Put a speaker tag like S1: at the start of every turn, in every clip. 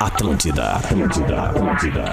S1: Atlântida, Atlântida, Atlântida.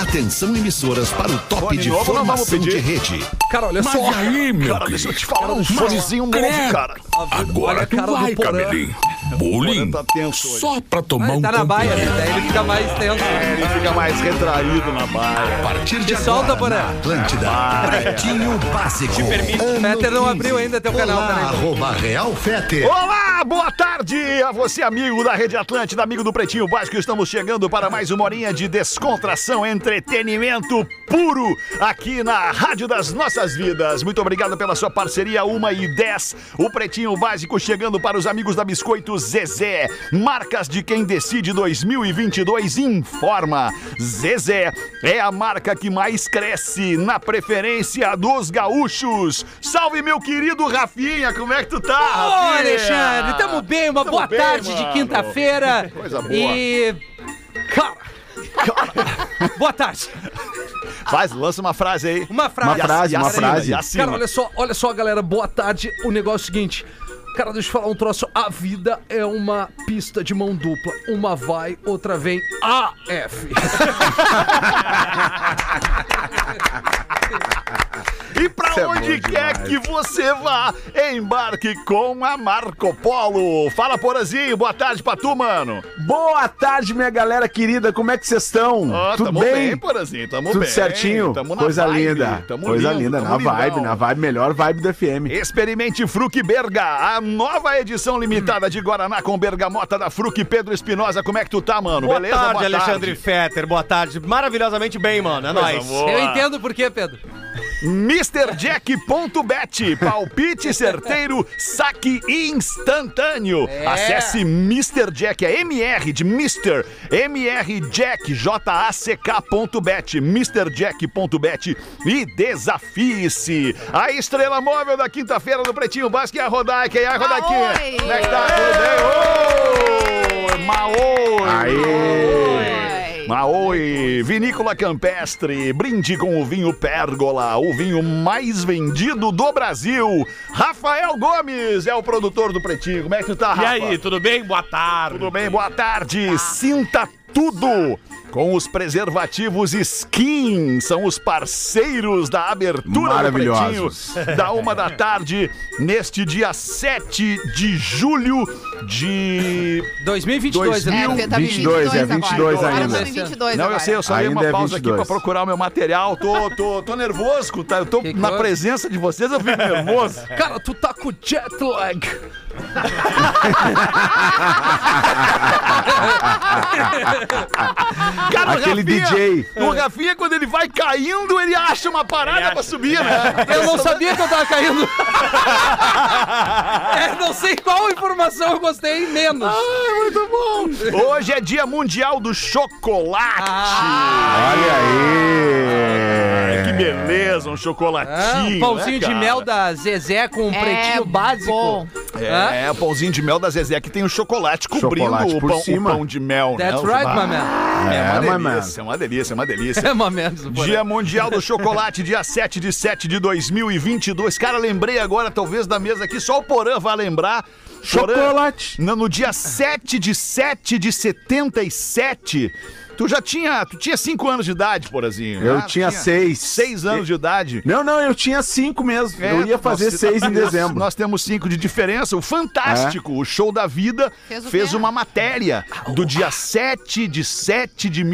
S2: Atenção emissoras para o top
S3: Fone
S2: de
S3: novo, não vamos
S2: formação de
S3: pedir.
S2: rede.
S4: Cara, olha
S2: Mas
S4: só.
S2: aí, meu
S3: Cara, deixa eu te falar, um
S2: querido,
S3: fonezinho novo,
S2: credo.
S3: cara.
S4: Olha a
S2: Agora tu
S4: cara do
S2: vai,
S4: Porã.
S2: cabelinho. Bullying?
S3: Porã tá tenso hoje.
S2: Só pra tomar
S4: Ele
S2: um
S4: tá na
S2: contra-
S4: baia, né? Daí ele fica mais tenso.
S3: Ele fica mais retraído na barra.
S2: A partir de
S4: Te solta,
S2: agora,
S4: Porã.
S2: na Atlântida.
S4: Ah, é.
S2: Pretinho Básico. Te permite.
S4: Peter não abriu ainda teu canal, peraí.
S2: Arroba Real Fete.
S3: Olá, boa tarde a você, amigo da Rede Atlântida, amigo do Pretinho Básico. Estamos chegando para mais uma horinha de descontração, entretenimento puro aqui na Rádio das Nossas Vidas. Muito obrigado pela sua parceria, 1 e 10. O Pretinho Básico chegando para os amigos da Biscoito Zezé. Marcas de quem decide 2022 informa. Zezé é a marca que mais cresce na preferência dos gaúchos. Salve, meu querido Rafinha, como é que tu tá?
S4: Ô,
S3: Rafinha!
S4: Alexandre, tamo bem, uma
S3: Tamo
S4: boa
S3: bem,
S4: tarde
S3: mano.
S4: de quinta-feira.
S3: Coisa boa.
S4: E. Cara. boa tarde.
S3: Faz, lança uma frase aí.
S4: Uma frase.
S3: Uma frase, uma frase. E acima.
S4: Cara, olha só, olha só, galera. Boa tarde. O negócio é o seguinte. Cara, deixa eu falar um troço. A vida é uma pista de mão dupla. Uma vai, outra vem. AF.
S3: E pra
S2: Isso é
S3: onde
S2: bom
S3: quer
S2: demais.
S3: que você vá, embarque com a Marco Polo. Fala, Porazinho, boa tarde pra tu, mano.
S5: Boa tarde, minha galera querida. Como é que vocês estão?
S3: Ó,
S5: Tudo
S3: tamo
S5: bem?
S3: Porazinho, tamo
S5: Tudo
S3: bem.
S5: certinho?
S3: Tamo na
S5: Coisa
S3: vibe,
S5: linda.
S3: tamo
S5: Coisa
S3: lindo,
S5: linda.
S3: tamo
S5: Na vibe,
S3: lindão.
S5: na vibe. Melhor vibe do FM.
S3: Experimente Fruc Berga, a nova edição limitada de Guaraná com bergamota da Fruc. Pedro Espinosa, como é que tu tá, mano?
S6: Boa
S3: Beleza?
S6: tarde, Alexandre Fetter. Boa tarde. Maravilhosamente bem, mano. É nóis.
S4: Eu entendo por quê, Pedro.
S3: MrJack.bet, palpite certeiro, saque instantâneo. Acesse Mr. Jack, é MR de Mr. MRJack, J-A-C-K.bet, MrJack.bet e desafie-se. A estrela móvel da quinta-feira do Pretinho Básico é a Rodaica. E a Rodaiquinha,
S7: Oi!
S3: como é que tá? Tudo bem? Ô, Maoi!
S5: Aê!
S7: Oi.
S3: Maoi, Vinícola Campestre, brinde com o vinho Pérgola, o vinho mais vendido do Brasil. Rafael Gomes é o produtor do Pretinho. Como é que tu tá,
S8: E
S3: Rafa?
S8: aí, tudo bem? Boa tarde.
S3: Tudo bem? Boa tarde. Sinta tudo com os preservativos Skin. São os parceiros da abertura do Pretinho
S5: Maravilhosos.
S3: da uma da tarde neste dia 7 de julho de
S4: 2022,
S7: É,
S4: né?
S7: porque tá em
S5: 22, é 22
S7: agora.
S5: ainda.
S7: Agora eu tô em 22
S3: Não, eu
S7: agora.
S3: sei, eu só dei
S5: Ainda
S3: uma
S5: é
S3: pausa aqui
S5: 22.
S3: pra procurar o meu material. Tô, tô, tô nervoso, tá? Eu tô
S4: Que
S3: na
S4: coisa.
S3: presença de vocês, eu fico nervoso.
S4: Cara, tu tá com jet lag.
S3: Cara,
S5: Aquele
S3: Rafinha-
S5: DJ.
S3: O Rafinha, quando ele vai caindo, ele acha uma parada pra subir, né?
S4: Eu não sabia que eu tava caindo. é, não sei qual informação eu gostei menos.
S3: Hoje é dia mundial do chocolate.
S4: Ah.
S5: Olha aí!
S3: Ai, que beleza, um
S4: Ah,
S3: chocolatinho.
S4: um pãozinho
S3: né,
S4: de
S3: cara?
S4: mel da Zezé com um
S7: É
S4: pretinho básico.
S7: bom.
S4: Hã?
S3: É, o pãozinho de mel da Zezé que tem o chocolate cobrindo
S5: Chocolate
S3: o,
S5: por
S3: pão, o
S5: cima.
S3: pão de mel. né?
S4: That's
S3: O-
S4: right,
S3: Ah,
S4: my man.
S3: É
S5: É,
S3: uma
S5: mano.
S3: delícia, é uma delícia, é uma delícia.
S4: É, my man.
S8: né?
S3: Dia Mundial do Chocolate, dia 7 de 7 de 2022. Cara, lembrei agora, talvez da mesa aqui, só o Porã vai lembrar. Porã,
S5: Chocolate.
S3: no, no dia 7 de 7 de 77, tu já tinha. Tu tinha 5 anos de idade, Porazinho.
S5: Eu
S3: né?
S5: tinha seis.
S3: 6 anos de idade.
S5: Não, não, eu tinha cinco mesmo. eu
S3: É,
S5: ia fazer
S3: nós-
S5: seis em
S3: nós-
S5: dezembro. É.
S3: Nós temos cinco de diferença. O Fantástico, o Show da Vida,
S7: Fez
S3: fez,
S7: o quê?
S3: uma matéria do dia 7 de 7 de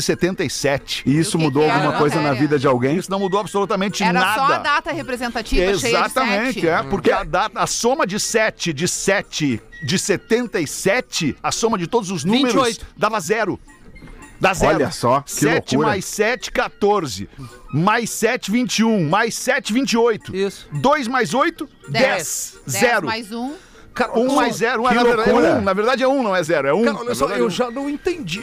S3: 1977.
S5: E isso
S7: E o que
S5: mudou
S7: que era
S5: alguma
S7: a
S5: coisa na
S7: matéria?
S5: vida de alguém?
S3: Isso não mudou absolutamente
S7: Era
S3: nada.
S7: só a data representativa, cheia de
S3: Exatamente,
S7: sete.
S3: é, porque a, data, a soma de 7, de 7, de 77, a soma de todos os números
S4: 28.
S3: dava zero. Dá zero.
S5: Olha só, que
S3: 7
S5: loucura.
S3: mais 7, 14. Mais 7, 21. Mais 7, 28.
S4: Isso.
S3: 2 mais 8, 10.
S7: Dez
S3: Zero.
S7: mais um.
S4: Cara,
S3: Um mais zero, um, é, na, verdade, é
S5: loucura.
S3: um, na verdade é um, não é zero, é um.
S4: Cara, olha só,
S3: Na verdade, um.
S4: eu
S3: é um.
S4: já não entendi.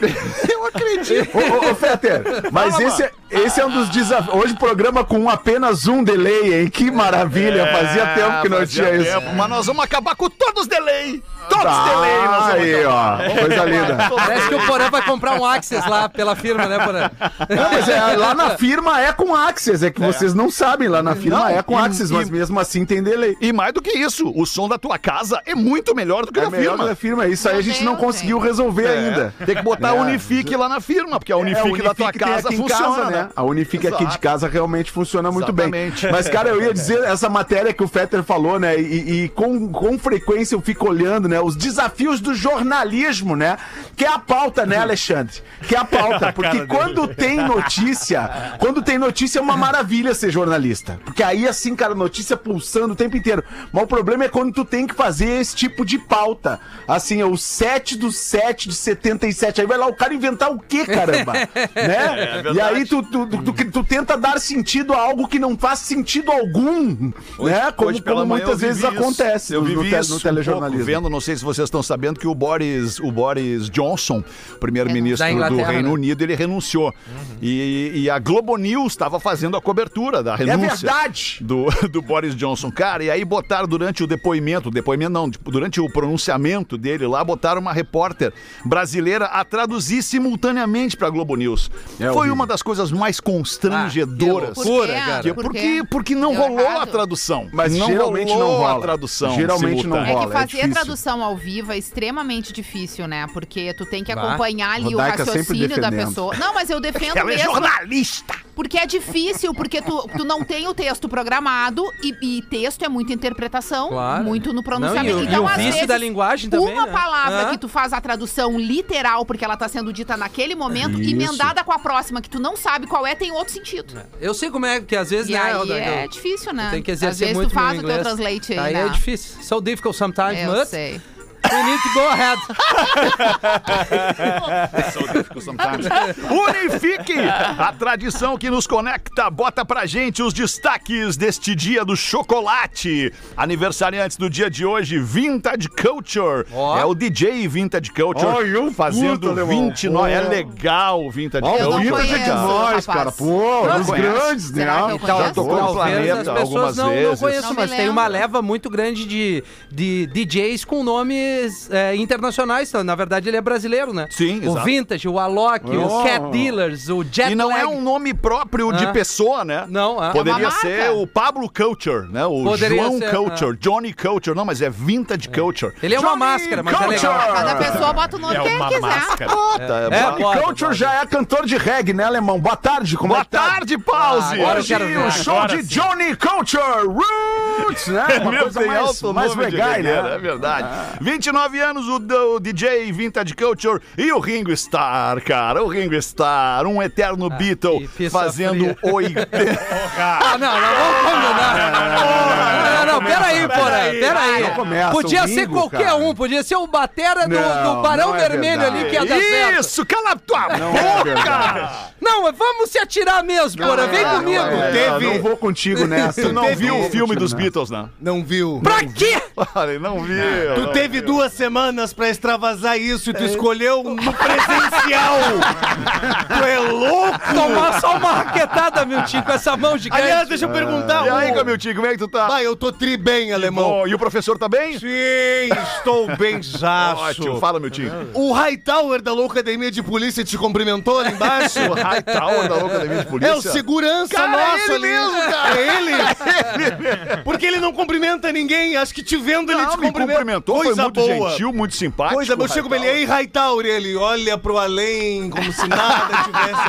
S3: Eu acredito.
S5: Ô, ô, ô, Fetter, mas esse, é- esse é um dos desafios. Hoje programa com apenas um delay, hein? Que maravilha, fazia tempo que não
S3: É, fazia
S5: tinha isso.
S3: tempo, Mas nós vamos acabar com todos os delay. Todos os delay. Nós
S5: Ah,
S3: vamos
S5: aí, ó.
S3: É.
S5: Coisa linda.
S8: Parece que o Porã vai comprar um Axis lá pela firma, né, Porã?
S5: Não, mas é, lá na firma é com Axis, é que vocês não sabem, lá na firma é com Axis, mas mesmo assim tem delay.
S3: E mais do que isso, o som da tua casa é muito melhor do que
S5: É
S3: da
S5: melhor
S3: firma.
S5: da firma, isso aí a
S7: Meu
S5: gente não
S7: Deus,
S5: conseguiu resolver ainda.
S3: Tem que botar a
S5: É.
S3: Unifique lá na firma, porque a
S5: É,
S3: Unifique,
S5: a
S3: da tua
S5: Unifique tem
S3: casa
S5: aqui em
S3: funciona,
S5: casa,
S3: né?
S5: A Unifique aqui de
S3: Exato.
S5: casa realmente funciona muito
S3: Exatamente.
S5: bem. Mas, cara, eu ia dizer essa matéria que o Fetter falou, né? E, e com, com frequência eu fico olhando, né? Os desafios do jornalismo, né? Que é a pauta, né, Alexandre? Que é a pauta. Porque quando tem notícia, quando tem notícia é uma maravilha ser jornalista. Porque aí, assim, cara, notícia pulsando o tempo inteiro. Mas o problema é quando tu tem que fazer esse tipo de pauta. Assim, é o 7 do 7 de 77. Aí vai lá o cara inventar o quê, caramba? né? e aí tu, tu, tu, tu- tu tenta dar sentido a algo que não faz sentido algum. né? Como,
S3: Hoje pela
S5: como
S3: manhã eu
S5: muitas vezes
S3: vivi isso.
S5: acontece
S3: eu
S5: no,
S3: vivi
S5: no, te-
S3: isso
S5: no
S3: um
S5: telejornalismo.
S3: pouco vendo, não sei se vocês estão sabendo que o Boris, o Boris Johnson, primeiro-ministro
S8: da
S3: do
S8: Inglaterra,
S3: Reino
S8: né? Uhum.
S3: Unido, ele renunciou. E, e a Globo News estava fazendo a cobertura da renúncia.
S5: É verdade!
S3: Do, do Boris Johnson. Cara, e aí botaram durante o depoimento, depoimento não, tipo, durante o pronunciamento dele lá, botaram uma repórter brasileira a traduzir simultaneamente pra Globo News. Foi
S5: É horrível. Ah,
S3: uma das coisas mais constrangedoras.
S8: que Loucura,
S3: Porque,
S8: cara.
S3: porque, porque não
S7: Deu
S3: rolou a
S7: errado?
S3: tradução.
S5: Mas geralmente não
S3: rolou a
S5: rola.
S3: tradução.
S5: Geralmente
S3: simultânea.
S5: não rola.
S7: É
S5: é
S7: que fazer
S5: difícil.
S7: tradução ao vivo é extremamente difícil, né? Porque tu tem que
S8: Vá.
S7: acompanhar ali
S5: Rodaica
S7: o
S5: sempre
S7: raciocínio da
S5: defendendo.
S7: pessoa. Não, mas eu defendo
S3: Ela é
S7: mesmo.
S3: jornalista!
S7: Porque é difícil, porque tu, tu não tem o texto programado e, e texto é muita interpretação,
S8: Claro.
S7: muito no pronunciamento. Então,
S8: Não, e o- e o vício da linguagem também,
S7: uma
S8: né?
S7: palavra
S8: Ah.
S7: que tu faz a tradução literal, porque ela tá sendo dita naquele momento,
S5: Isso.
S7: emendada com a próxima, que tu não sabe qual é, tem outro sentido.
S8: Eu sei como é que às vezes,
S7: E
S8: né,
S7: aí
S8: Rodrigo?
S7: é difícil, né?
S8: Tem que
S7: Às
S8: exercer
S7: vezes
S8: muito
S7: tu faz
S8: meu
S7: o teu
S8: inglês.
S7: translate aí,
S8: aí
S7: né?
S8: é difícil. So difficult sometimes,
S7: Eu
S8: but
S7: sei.
S8: we need to go ahead.
S3: Unifique! A tradição que nos conecta, bota pra gente os destaques deste dia do chocolate. Aniversariantes do dia de hoje, Vintage Culture.
S8: Ó.
S3: É o DJ Vintage Culture
S5: Ó, eu curto,
S3: fazendo
S5: alemão.
S3: 29. É
S5: Ó.
S3: legal o Vintage
S5: Ó,
S7: Eu
S5: o
S7: não
S3: Culture.
S5: Vitor é
S7: conheço,
S5: demais,
S7: rapaz.
S5: cara. Pô,
S7: Não
S5: os
S3: conhece?
S5: grandes, né?
S7: Será que eu
S5: Tá,
S7: conheço?
S5: tocou no
S3: Talvez
S5: planeta.
S3: as
S8: as
S3: algumas
S8: pessoas não, não
S3: vezes.
S8: conheçam,
S7: Não me
S8: mas tem uma
S7: lembro.
S8: leva muito grande de, de DJs com nomes é, internacionais. então, Na verdade, ele é brasileiro, né?
S3: Sim,
S8: O
S3: exato.
S8: Vintage, o Alok,
S5: Oh.
S8: o Cat Dealers, o Jet
S3: E não
S8: Lag.
S3: é um nome próprio de
S8: Ah.
S3: pessoa, né?
S8: Não, ah.
S7: É uma
S3: Poderia
S7: marca.
S3: ser o Pablo Culture, né? O
S8: Poderia
S3: João
S8: ser,
S3: Culture, Johnny Culture. Não, mas é Vintage Culture.
S5: um
S8: Ele é uma máscara, mas é legal.
S7: Cada pessoa bota o nome que ele quiser.
S8: É,
S5: Johnny
S8: bota,
S5: Culture
S8: bota.
S5: já é cantor de reggae, né, alemão? Boa tarde, como é
S3: Boa
S5: que tá?
S3: tarde, pause!
S8: agora eu
S5: Hoje
S8: quero ver.
S5: o show
S6: Agora
S5: de
S6: sim.
S5: Johnny Culture Roots, né? Uma
S3: Meu,
S5: coisa
S3: É tem
S5: mais,
S3: alto
S5: mais
S3: nome de
S5: legal,
S3: regueiro,
S5: né?
S3: É verdade. 29 anos, o, do- o DJ Vintage Culture e o Ringo Starr, cara. O Ringo Starr, um eterno Beatle,
S8: Ah, que pista
S3: fazendo
S8: fria.
S3: 80.
S8: Ah, não, não, vamos combinar. Não, não, não, peraí, Porã,
S5: Não
S8: peraí.
S5: começa, o
S8: Podia ser
S5: Ringo,
S8: qualquer
S5: cara.
S8: um, podia ser o Batera do,
S5: Não,
S8: do Barão
S5: não é
S8: Vermelho
S5: verdade.
S8: ali que ia dar certo.
S3: Isso, cala a tua
S5: Não é
S3: boca!
S5: verdade.
S8: Não, mas vamos se atirar mesmo, Porã, vem
S5: Não,
S8: comigo.
S5: é,
S6: Teve-
S5: Não vou contigo nessa.
S3: Tu não
S6: Teve-
S3: viu o filme
S5: Não.
S3: dos Beatles, não?
S6: Não viu.
S8: Pra quê?
S3: Olha, não viu.
S6: Tu
S3: não
S6: teve
S3: viu.
S6: duas semanas pra extravasar isso
S3: É
S6: e tu escolheu no presencial. tu é louco?
S8: Tomar só uma raquetada, meu tio, com essa mão gigante.
S6: Aliás, deixa eu
S5: então?
S6: perguntar.
S3: E aí,
S6: o-
S3: Camiltinho, como é que tu tá?
S6: Bah, eu tô tri bem, alemão.
S3: Bom, e o professor tá bem?
S6: Sim, estou bem
S3: Ótimo, fala, meu tio.
S6: O Hightower da Louca Academia de Polícia te cumprimentou ali embaixo?
S3: O Hightower da tá Louca da Minha de Polícia.
S6: É o segurança
S3: Cara, é
S6: nosso
S3: ele
S6: ali.
S3: mesmo, cara.
S6: É ele? Porque ele não cumprimenta ninguém. Acho que te vendo ele
S3: Não,
S6: te
S3: me
S6: cumprimenta.
S3: cumprimentou, foi
S6: Coisa
S3: muito
S6: boa.
S3: gentil, muito simpático.
S6: Coisa, boa. eu chego pra ele, ei, Hightower, ele olha pro além como se nada tivesse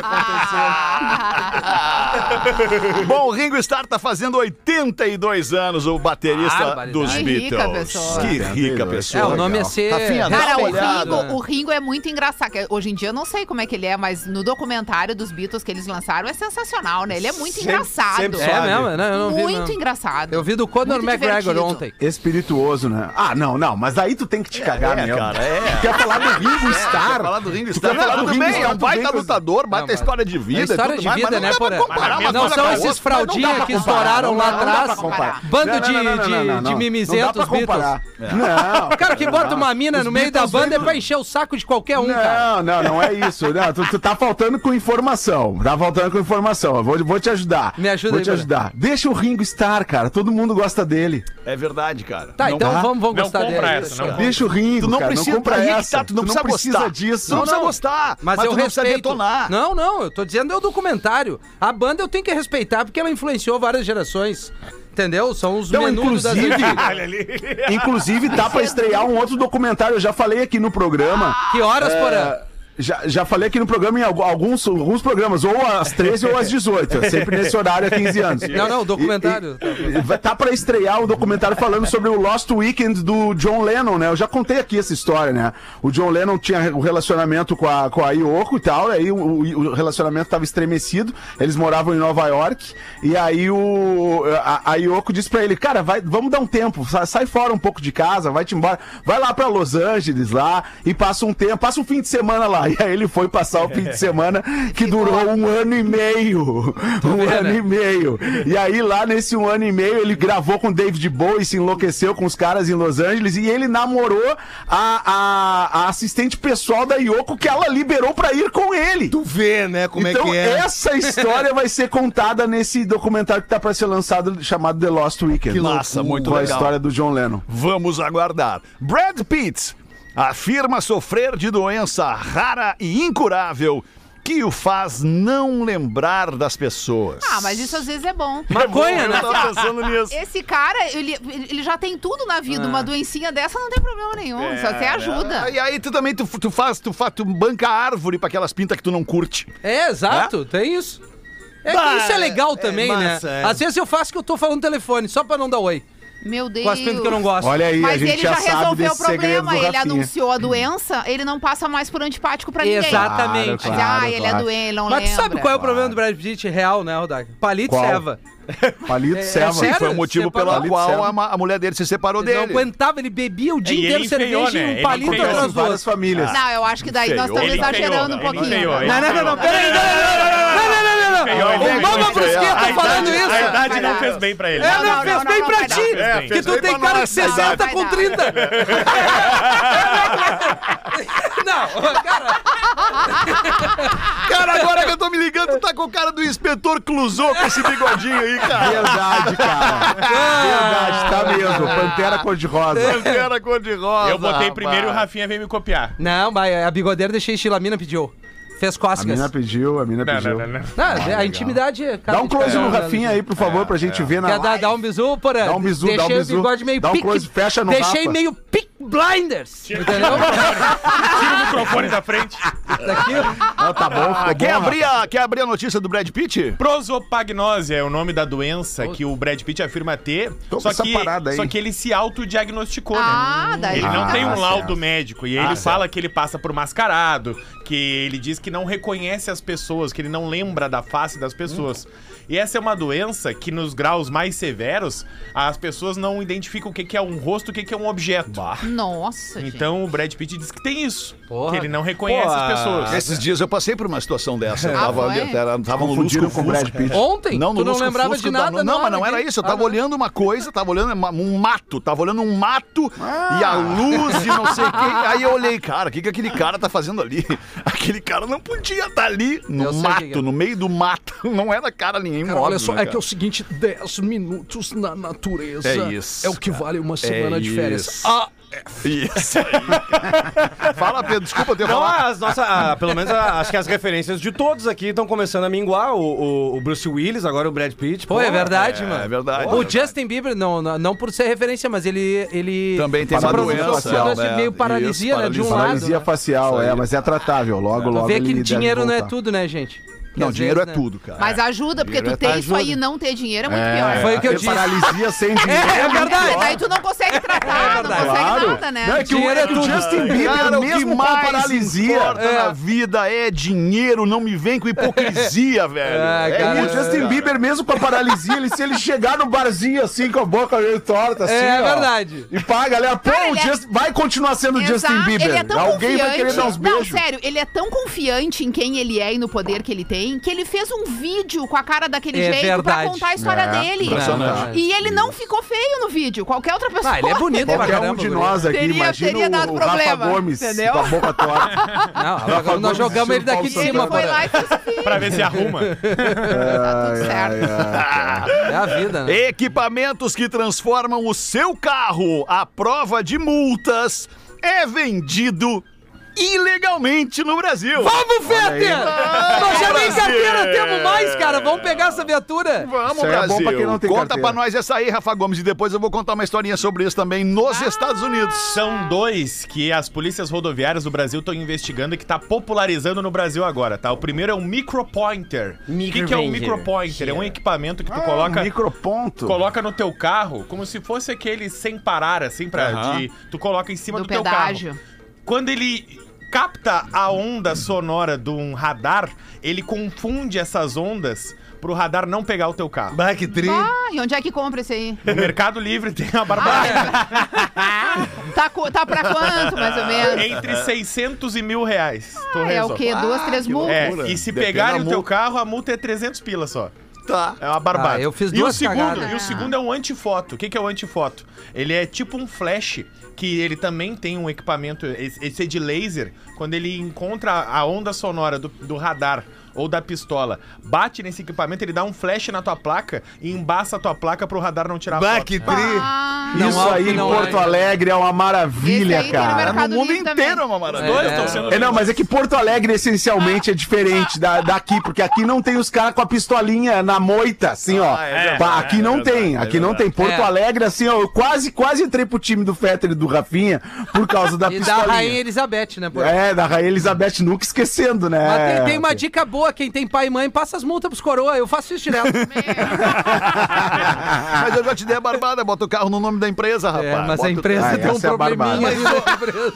S6: acontecido.
S3: Bom, o Ringo Starr tá fazendo 82 anos, o baterista
S8: Barbaridade.
S3: dos
S7: Que
S3: Beatles.
S7: rica pessoa.
S3: Que rica
S8: É,
S3: pessoa.
S8: o nome
S5: Legal.
S8: é ser...
S3: Rafinha, Tá dá
S7: Cara,
S3: uma
S7: o
S3: olhada.
S7: Ringo, o Ringo é muito engraçado. que Hoje em dia eu não sei como é que ele é, mas no documentário dos Beatles que eles lançaram é sensacional, né? Ele é muito
S6: Sempre-
S7: engraçado.
S6: sempre
S8: É
S6: Suave.
S8: mesmo? Não, eu não vi.
S7: muito
S8: não.
S7: engraçado.
S8: Eu vi do Conor
S7: Muito
S8: McGregor
S7: divertido.
S8: ontem. É
S5: Espirituoso, né? Ah, não, não, mas aí tu tem que te cagar
S3: é,
S5: mesmo.
S3: cara, é.
S5: Tu quer falar do Ringo
S8: é
S5: Starr?
S3: falar do Ringo
S5: Tu
S3: Starr.
S5: quer falar do
S3: Tudo
S5: Ringo
S3: bem,
S5: Starr,
S3: é um
S5: tu
S3: baita
S5: vem com-
S3: lutador, baita
S8: mas-
S3: história de
S8: É
S3: vida.
S8: história
S3: e tudo
S8: de
S3: mais,
S8: vida,
S3: mas não
S8: né,
S3: dá pra
S8: Porã?
S3: comparar uma
S8: Não
S3: coisa
S8: são
S3: com a
S8: esses
S3: outra.
S5: Não dá
S8: fraldinhas
S5: pra
S8: que
S5: comparar,
S8: estouraram
S5: não
S8: lá
S5: dá- não dá pra
S8: atrás.
S5: comparar.
S8: Bando de,
S5: Não, não, não,
S8: de,
S5: não, não,
S8: de
S5: não. Não dá
S8: mimizentos
S5: pra comparar.
S8: Beatles.
S3: É.
S5: Não.
S8: O cara que bota uma mina
S5: Os
S8: no meio da
S5: Beatles
S8: banda é
S5: vêm do-
S8: pra encher o saco de qualquer um, cara.
S5: Não, não, não é isso. Não, tu, tu tá faltando com informação. Tá faltando com informação. Eu vou, vou te ajudar.
S8: Me ajuda
S5: Vou
S8: aí,
S5: te
S8: Bruno.
S5: ajudar. Deixa o Ringo Starr, cara. Todo mundo gosta dele.
S3: É verdade, cara.
S8: Tá, então
S5: dá.
S8: vamos, vamos
S9: Não
S8: gostar
S9: compra
S8: dele.
S9: essa, não.
S5: Deixa o Ringo,
S3: Ah. Tu não
S5: cara.
S3: precisa,
S5: não compra
S3: aí que
S5: essa.
S3: tá, tu não precisa gostar.
S5: disso.
S3: Tu não precisa gostar,
S8: Mas,
S3: mas
S8: eu
S3: tu não precisa
S8: respeito.
S3: detonar.
S8: Não, não, eu tô dizendo é o documentário. A banda eu tenho que respeitar porque ela influenciou várias gerações. Entendeu? São os
S5: Então,
S8: menudos das
S5: inclusive-
S8: antigas.
S5: Inclusive, tá pra
S3: é
S5: estrear um outro documentário. Eu já falei aqui no
S3: Ah,
S5: programa.
S8: Que horas, Porã?
S5: É, Já, já falei aqui no programa, em algu- alguns, alguns programas, ou às 13 ou às 18, é sempre nesse horário há 15 anos.
S8: Não, não, o documentário.
S5: E- e- vai- tá pra estrear o documentário falando sobre o Lost Weekend do John Lennon, né? Eu já contei aqui essa história, né? O John Lennon tinha um relacionamento com a, com a Yoko e tal, aí o, o- o relacionamento tava estremecido, eles moravam em Nova York, e aí o, a, a Yoko disse pra ele, cara, vai, vamos dar um tempo, sa- sai fora um pouco de casa, vai-te embora, vai lá pra Los Angeles lá, e passa um tempo, passa um fim de semana lá. E aí ele foi passar o fim de semana, que durou um ano e meio. Um
S8: vê,
S5: ano
S8: né?
S5: e meio. E aí, lá nesse um ano e meio, ele gravou com David Bowie, se enlouqueceu com os caras em Los Angeles e ele namorou a, a, a assistente pessoal da Yoko que ela liberou pra ir com ele.
S6: Tu vê, né, como
S5: então,
S6: é que é.
S5: essa história vai ser contada nesse documentário que tá pra ser lançado chamado The Lost Weekend.
S3: Que massa, muito
S5: Com a
S3: legal.
S5: história do John Lennon.
S3: Vamos aguardar. Brad Pitt afirma sofrer de doença rara e incurável que o faz não lembrar das pessoas.
S7: Ah, mas isso às vezes é bom.
S8: Maconha, né?
S3: Eu tava pensando nisso.
S7: Esse cara, ele, ele já tem tudo na vida.
S8: É.
S7: Uma doencinha dessa não tem problema nenhum.
S5: É.
S7: Isso até ajuda.
S3: E aí tu também tu, tu faz, tu faz, tu banca a árvore pra aquelas pintas que tu não curte.
S8: É, exato, tem isso. É que
S6: Bah,
S8: isso é legal
S6: é
S8: também,
S6: massa,
S8: né?
S6: é.
S8: Às vezes eu faço que eu tô falando no telefone, só pra não dar oi.
S7: Meu Deus.
S8: Com as pintas que eu não gosto.
S5: Olha aí, a
S7: Mas
S5: gente
S7: ele já,
S5: já, sabe
S7: resolveu o
S5: desse segredo
S7: problema.
S5: do
S7: Ele é
S5: Rafinha.
S7: anunciou a doença, ele não passa mais por antipático pra ninguém.
S8: Exatamente.
S7: Mas,
S5: Claro,
S7: ah, ele é
S5: claro.
S7: doente, ele não
S8: Mas tu
S7: lembra.
S8: sabe qual é o problema do Brad Pitt real, né, Rodak? Palito e
S5: Qual?
S8: Seva.
S5: Palito
S8: É,
S5: Selva.
S8: é sério?
S3: Foi o motivo pelo
S8: Separou.
S3: qual a, ma- a mulher dele se separou
S8: Ele não
S3: dele.
S8: aguentava, ele bebia o dia
S9: É, E ele
S8: inteiro
S9: enfeiou,
S8: cerveja
S9: né?
S8: e um
S9: Ele
S8: palito
S9: enfeiou.
S8: atrás do
S5: várias
S8: outro.
S5: famílias.
S7: Não, eu acho que daí nós
S3: Feio.
S7: estamos
S9: Ele
S5: né?
S7: exagerando
S9: feio,
S7: um
S9: ele
S7: pouquinho.
S9: feio, ele
S8: Não, não, não, não, peraí, não, não, não, não, não, não, não,
S9: Feio,
S8: não, não,
S9: ele
S8: não.
S9: tá,
S8: O Mama
S9: feio.
S8: Brusqueta
S9: A
S8: falando
S9: idade-
S8: isso.
S9: A idade não
S7: Não,
S9: fez bem pra ele.
S8: É,
S7: não,
S8: não, fez
S9: tá,
S7: não,
S8: bem
S7: não,
S8: pra
S7: não,
S8: ti,
S9: não,
S8: que
S9: fez
S8: tu
S9: bem
S8: tem
S9: pra
S8: cara de
S9: nós,
S8: 60
S7: vai
S8: com
S7: dar.
S8: 30. Não, cara,
S3: Cara, agora que eu tô me ligando, tu tá com o cara do inspetor Clouseau com esse bigodinho aí, cara.
S5: Verdade, cara. Verdade, tá mesmo. Pantera cor-de-rosa.
S3: Era cor de rosa.
S9: Eu botei primeiro e o
S3: rapaz.
S9: Rafinha veio me copiar.
S8: Não, mas a bigodeira deixei estilo, a mina pediu. Fez
S5: A
S8: cócegas.
S5: mina pediu, a mina
S9: Não,
S5: pediu.
S9: não, não, não.
S8: Não, a intimidade é cara
S5: Dá um
S8: de
S5: close
S8: cada
S5: no
S8: um, né?
S5: Rafinha aí, por
S3: É,
S5: favor, pra gente ver na
S8: Quer dar,
S5: live.
S8: dar um bisu, porra?
S5: Dá um bisu,
S8: Deixei
S5: dá um bisu.
S8: o bigode meio
S5: Dá um
S8: pique-
S5: close, fecha no
S8: Deixei
S5: Rafa.
S8: meio pick blinders. Entendeu?
S9: Tira o microfone da frente.
S8: Daqui,
S5: Ah, tá bom, ficou
S3: Quer
S5: bom,
S3: abrir, a, quer abrir a notícia do Brad Pitt?
S9: Prosopagnose é o nome da doença que o Brad Pitt afirma ter.
S5: Toma
S9: Só
S5: essa
S9: que,
S5: parada aí.
S9: só que ele se autodiagnosticou,
S7: Ah,
S9: né?
S7: daí
S9: Ele não
S5: tá.
S9: tem
S5: Ah,
S9: um laudo
S5: certo.
S9: médico. E ele fala que ele passa por mascarado, que ele diz que não reconhece as pessoas, que ele não lembra da face das pessoas. E essa é uma doença que, nos graus mais severos, as pessoas não identificam o que que é um rosto, o que que é um objeto.
S7: Nossa, gente.
S9: Então o Brad Pitt diz que tem isso.
S8: Porra.
S9: Que ele não reconhece as pessoas.
S3: Esses dias eu passei por uma situação dessa.
S8: Ah,
S3: Eu tava,
S7: foi?
S3: era- tava no
S5: Confundiram
S3: Lusco
S5: com o Brad
S3: Fusco.
S5: Pitt.
S8: ontem,
S3: Não, no
S8: tu não
S3: Lusco
S8: lembrava
S3: Fusco
S8: de
S3: tava-
S8: nada.
S3: não,
S8: na
S3: mas não
S8: hora
S3: era
S8: aqui.
S3: isso. tá Eu
S8: Ah,
S3: tava
S8: não.
S3: olhando uma coisa, tava olhando uma- um mato, tava olhando um mato e
S5: Ah.
S3: a luz e não sei o que. Aí eu olhei, cara, o que, que aquele cara tá fazendo ali? Aquele cara não podia estar ali no
S8: Eu sei o que
S3: mato,
S8: que é.
S3: no meio do mato. Não era cara nenhum.
S4: Cara, olha
S3: óbvio,
S4: só,
S3: né,
S4: é que é
S3: cara?
S4: o seguinte: 10 minutos na natureza
S3: É isso,
S4: é o que vale uma semana de férias.
S3: isso.
S4: Ah,
S3: Isso aí, cara. Fala, Pedro, desculpa ter
S10: Não,
S3: falado.
S10: as nossas. ah, pelo menos a- acho que as referências de todos aqui estão começando a minguar. O, o- o Bruce Willis, agora o Brad Pitt.
S8: Pô, é verdade,
S3: é
S5: ah.
S8: mano.
S3: verdade, é
S8: O
S3: verdade.
S8: Justin Bieber, não, não, não por ser referência, mas ele. ele
S3: Também tem
S8: se
S3: uma
S8: pronunciou
S3: doença,
S8: por causa de
S3: né?
S8: meio
S3: Isso,
S8: paralisia, né? De um
S5: Paralisia
S8: lado. né?
S5: facial, é, mas é tratável. Logo,
S8: Tu
S5: logo
S8: vê que
S5: ele deve
S8: dinheiro não é
S5: voltar.
S8: tudo, né, gente? Que
S3: Não,
S8: às
S3: dinheiro é
S8: vezes, né?
S3: tudo, cara.
S7: Mas ajuda, porque tu ter isso aí e não ter dinheiro é muito pior.
S8: Foi o que eu
S5: Ter
S8: disse.
S5: Paralisia sem dinheiro.
S8: É, é verdade.
S7: Daí tu não consegue tratar, não
S8: verdade.
S7: consegue
S5: É Claro.
S7: nada. nada, né?
S5: Não, é que o, é que o Justin Bieber,
S3: Cara, o que
S5: mesmo com a
S3: mais
S5: paralisia,
S3: importa na vida é dinheiro, não me vem com hipocrisia, velho.
S8: É,
S3: É
S8: cara,
S5: o Justin Bieber, mesmo com a paralisia, ele, se ele chegar no barzinho assim, com a boca meio torta, assim.
S8: É
S5: ó,
S8: verdade.
S5: E pá, a galera, pô,
S7: Cara,
S5: o
S7: ele é-
S5: Justin- vai continuar sendo o Justin
S7: Exato,
S5: Bieber.
S7: Ele é tão
S5: Alguém vai querer
S7: confiante.
S5: dar uns beijos.
S7: Não, sério, ele é tão confiante em quem ele é e no poder que ele tem, que ele fez um vídeo com a cara daquele
S8: É
S7: jeito
S8: verdade.
S7: pra contar a história
S5: É,
S7: dele.
S5: impressionante.
S7: E ele não ficou feio no vídeo. Qualquer outra pessoa.
S8: Ah, ele é bonito pra
S5: Qualquer
S8: caramba.
S5: um de
S8: guri.
S5: nós aqui,
S7: Teria-
S5: imagina
S7: teria dado
S5: o, o Rafa
S7: problema,
S5: Gomes
S7: entendeu?
S5: com a boca torta.
S8: Não, agora nós jogamos ele daqui de
S7: Ele
S8: cima,
S7: foi lá
S8: porra.
S7: e fez o vídeo.
S9: Pra ver se arruma.
S7: Tá tudo certo.
S8: É a vida, né?
S3: Equipamentos que transformam o seu carro à prova de multas é vendido ilegalmente no Brasil.
S8: Vamos, Fetter! Nós já nem
S3: Brasil!
S8: carteira temos mais, cara. Vamos pegar essa viatura.
S3: Vamos,
S5: Isso aí é bom
S3: Brasil.
S5: pra quem não tem
S3: Conta
S5: carteira.
S3: pra nós essa aí, Rafa Gomes, e depois eu vou contar uma historinha sobre isso também nos Estados Unidos.
S9: São dois que as polícias rodoviárias do Brasil estão investigando e que tá popularizando no Brasil agora, tá? O primeiro é um micropointer. O que, que é um micropointer? É um equipamento que tu coloca.
S5: Microponto.
S9: Coloca no teu carro, como se fosse aquele sem parar, assim, pra.
S3: Aham.
S9: de- tu coloca em cima do,
S7: Do
S9: teu
S7: pedágio.
S9: carro. Quando ele capta a onda sonora de um radar, ele confunde essas ondas pro radar não pegar o teu carro.
S6: Bah, que tri.
S7: Ah, e onde é que compra esse aí?
S9: No Mercado Livre tem a barbaridade.
S7: Ah, tá, co- tá pra quanto, mais ou menos?
S9: Entre 600 e mil reais. tu
S7: Ah, é o
S9: resolve.
S7: quê? Duas, três multas?
S9: É, e se
S3: Depende
S9: pegarem
S3: da
S9: o teu
S3: multa.
S9: carro, a multa é 300 pila só.
S3: Tá.
S9: É uma barbada.
S8: Ah, eu fiz
S9: e o
S8: duas
S9: segundo,
S8: cagadas.
S9: E o segundo é um antifoto. O que, que é o antifoto? Ele é tipo um flash, que ele também tem um equipamento, esse esse é de laser, quando ele encontra a onda sonora do, do radar ou da pistola, bate nesse equipamento, ele dá um flash na tua placa e embaça a tua placa pro radar não tirar a
S6: Bah,
S9: foto.
S6: que tri.
S7: Ah,
S5: Isso
S8: há o
S5: aí
S8: que
S5: em
S8: não
S5: Porto
S8: há.
S5: Alegre é uma maravilha,
S7: Esse aí tem no
S5: cara.
S7: Mercado
S3: No mundo
S7: Livre
S3: inteiro
S7: também.
S3: é uma maravilha.
S9: Dois
S8: É.
S9: estão sendo
S5: É, não, mas é que Porto Alegre essencialmente é diferente da, daqui, porque aqui não tem os caras com a pistolinha na moita, assim, ó.
S3: Ah, é
S5: Pá,
S3: verdade,
S5: aqui
S3: é
S5: não
S3: verdade,
S5: tem,
S3: é
S5: aqui não
S3: verdade.
S5: tem. Porto
S8: É.
S5: Alegre, assim, ó, eu quase, quase entrei pro time do Fetter e do Rafinha por causa da
S8: E da
S5: pistolinha.
S8: Rainha Elizabeth, né, pô?
S5: É, da Rainha Elizabeth nunca esquecendo, né?
S8: Mas tem, tem uma dica boa, quem tem pai e mãe, passa as multas pros coroa, eu faço isso direto.
S3: Mas eu já te dei a barbada, bota o carro no nome da empresa, rapaz.
S8: É, mas
S3: Bota
S8: a
S3: o-
S8: empresa
S5: Ah,
S8: tem um
S5: essa é a
S8: probleminha ali na empresa.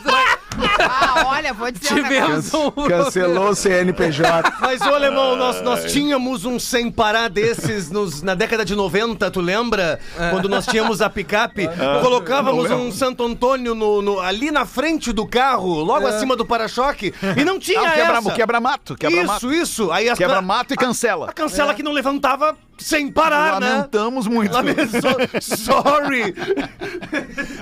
S7: Ah, olha, vou dizer um negócio.
S8: Tivemos um
S5: Cancelou o CNPJ.
S6: Mas, ô, alemão, nós, nós tínhamos um sem parar desses nos- na década de 90, tu lembra?
S3: É.
S6: Quando nós tínhamos a picape,
S3: Ah.
S6: colocávamos um Santo Antônio no- no- ali na frente do carro, logo acima do para-choque, e não
S10: é
S6: tinha
S3: Ah, o
S6: essa.
S3: É. quebra, o quebra-mato,
S6: isso,
S3: quebra-mato.
S6: isso. Aí as
S3: Quebra-mato e
S6: a
S3: cancela.
S6: cancela que não levantava sem parar,
S3: Lamentamos muito.
S6: né? Lame- so- Sorry.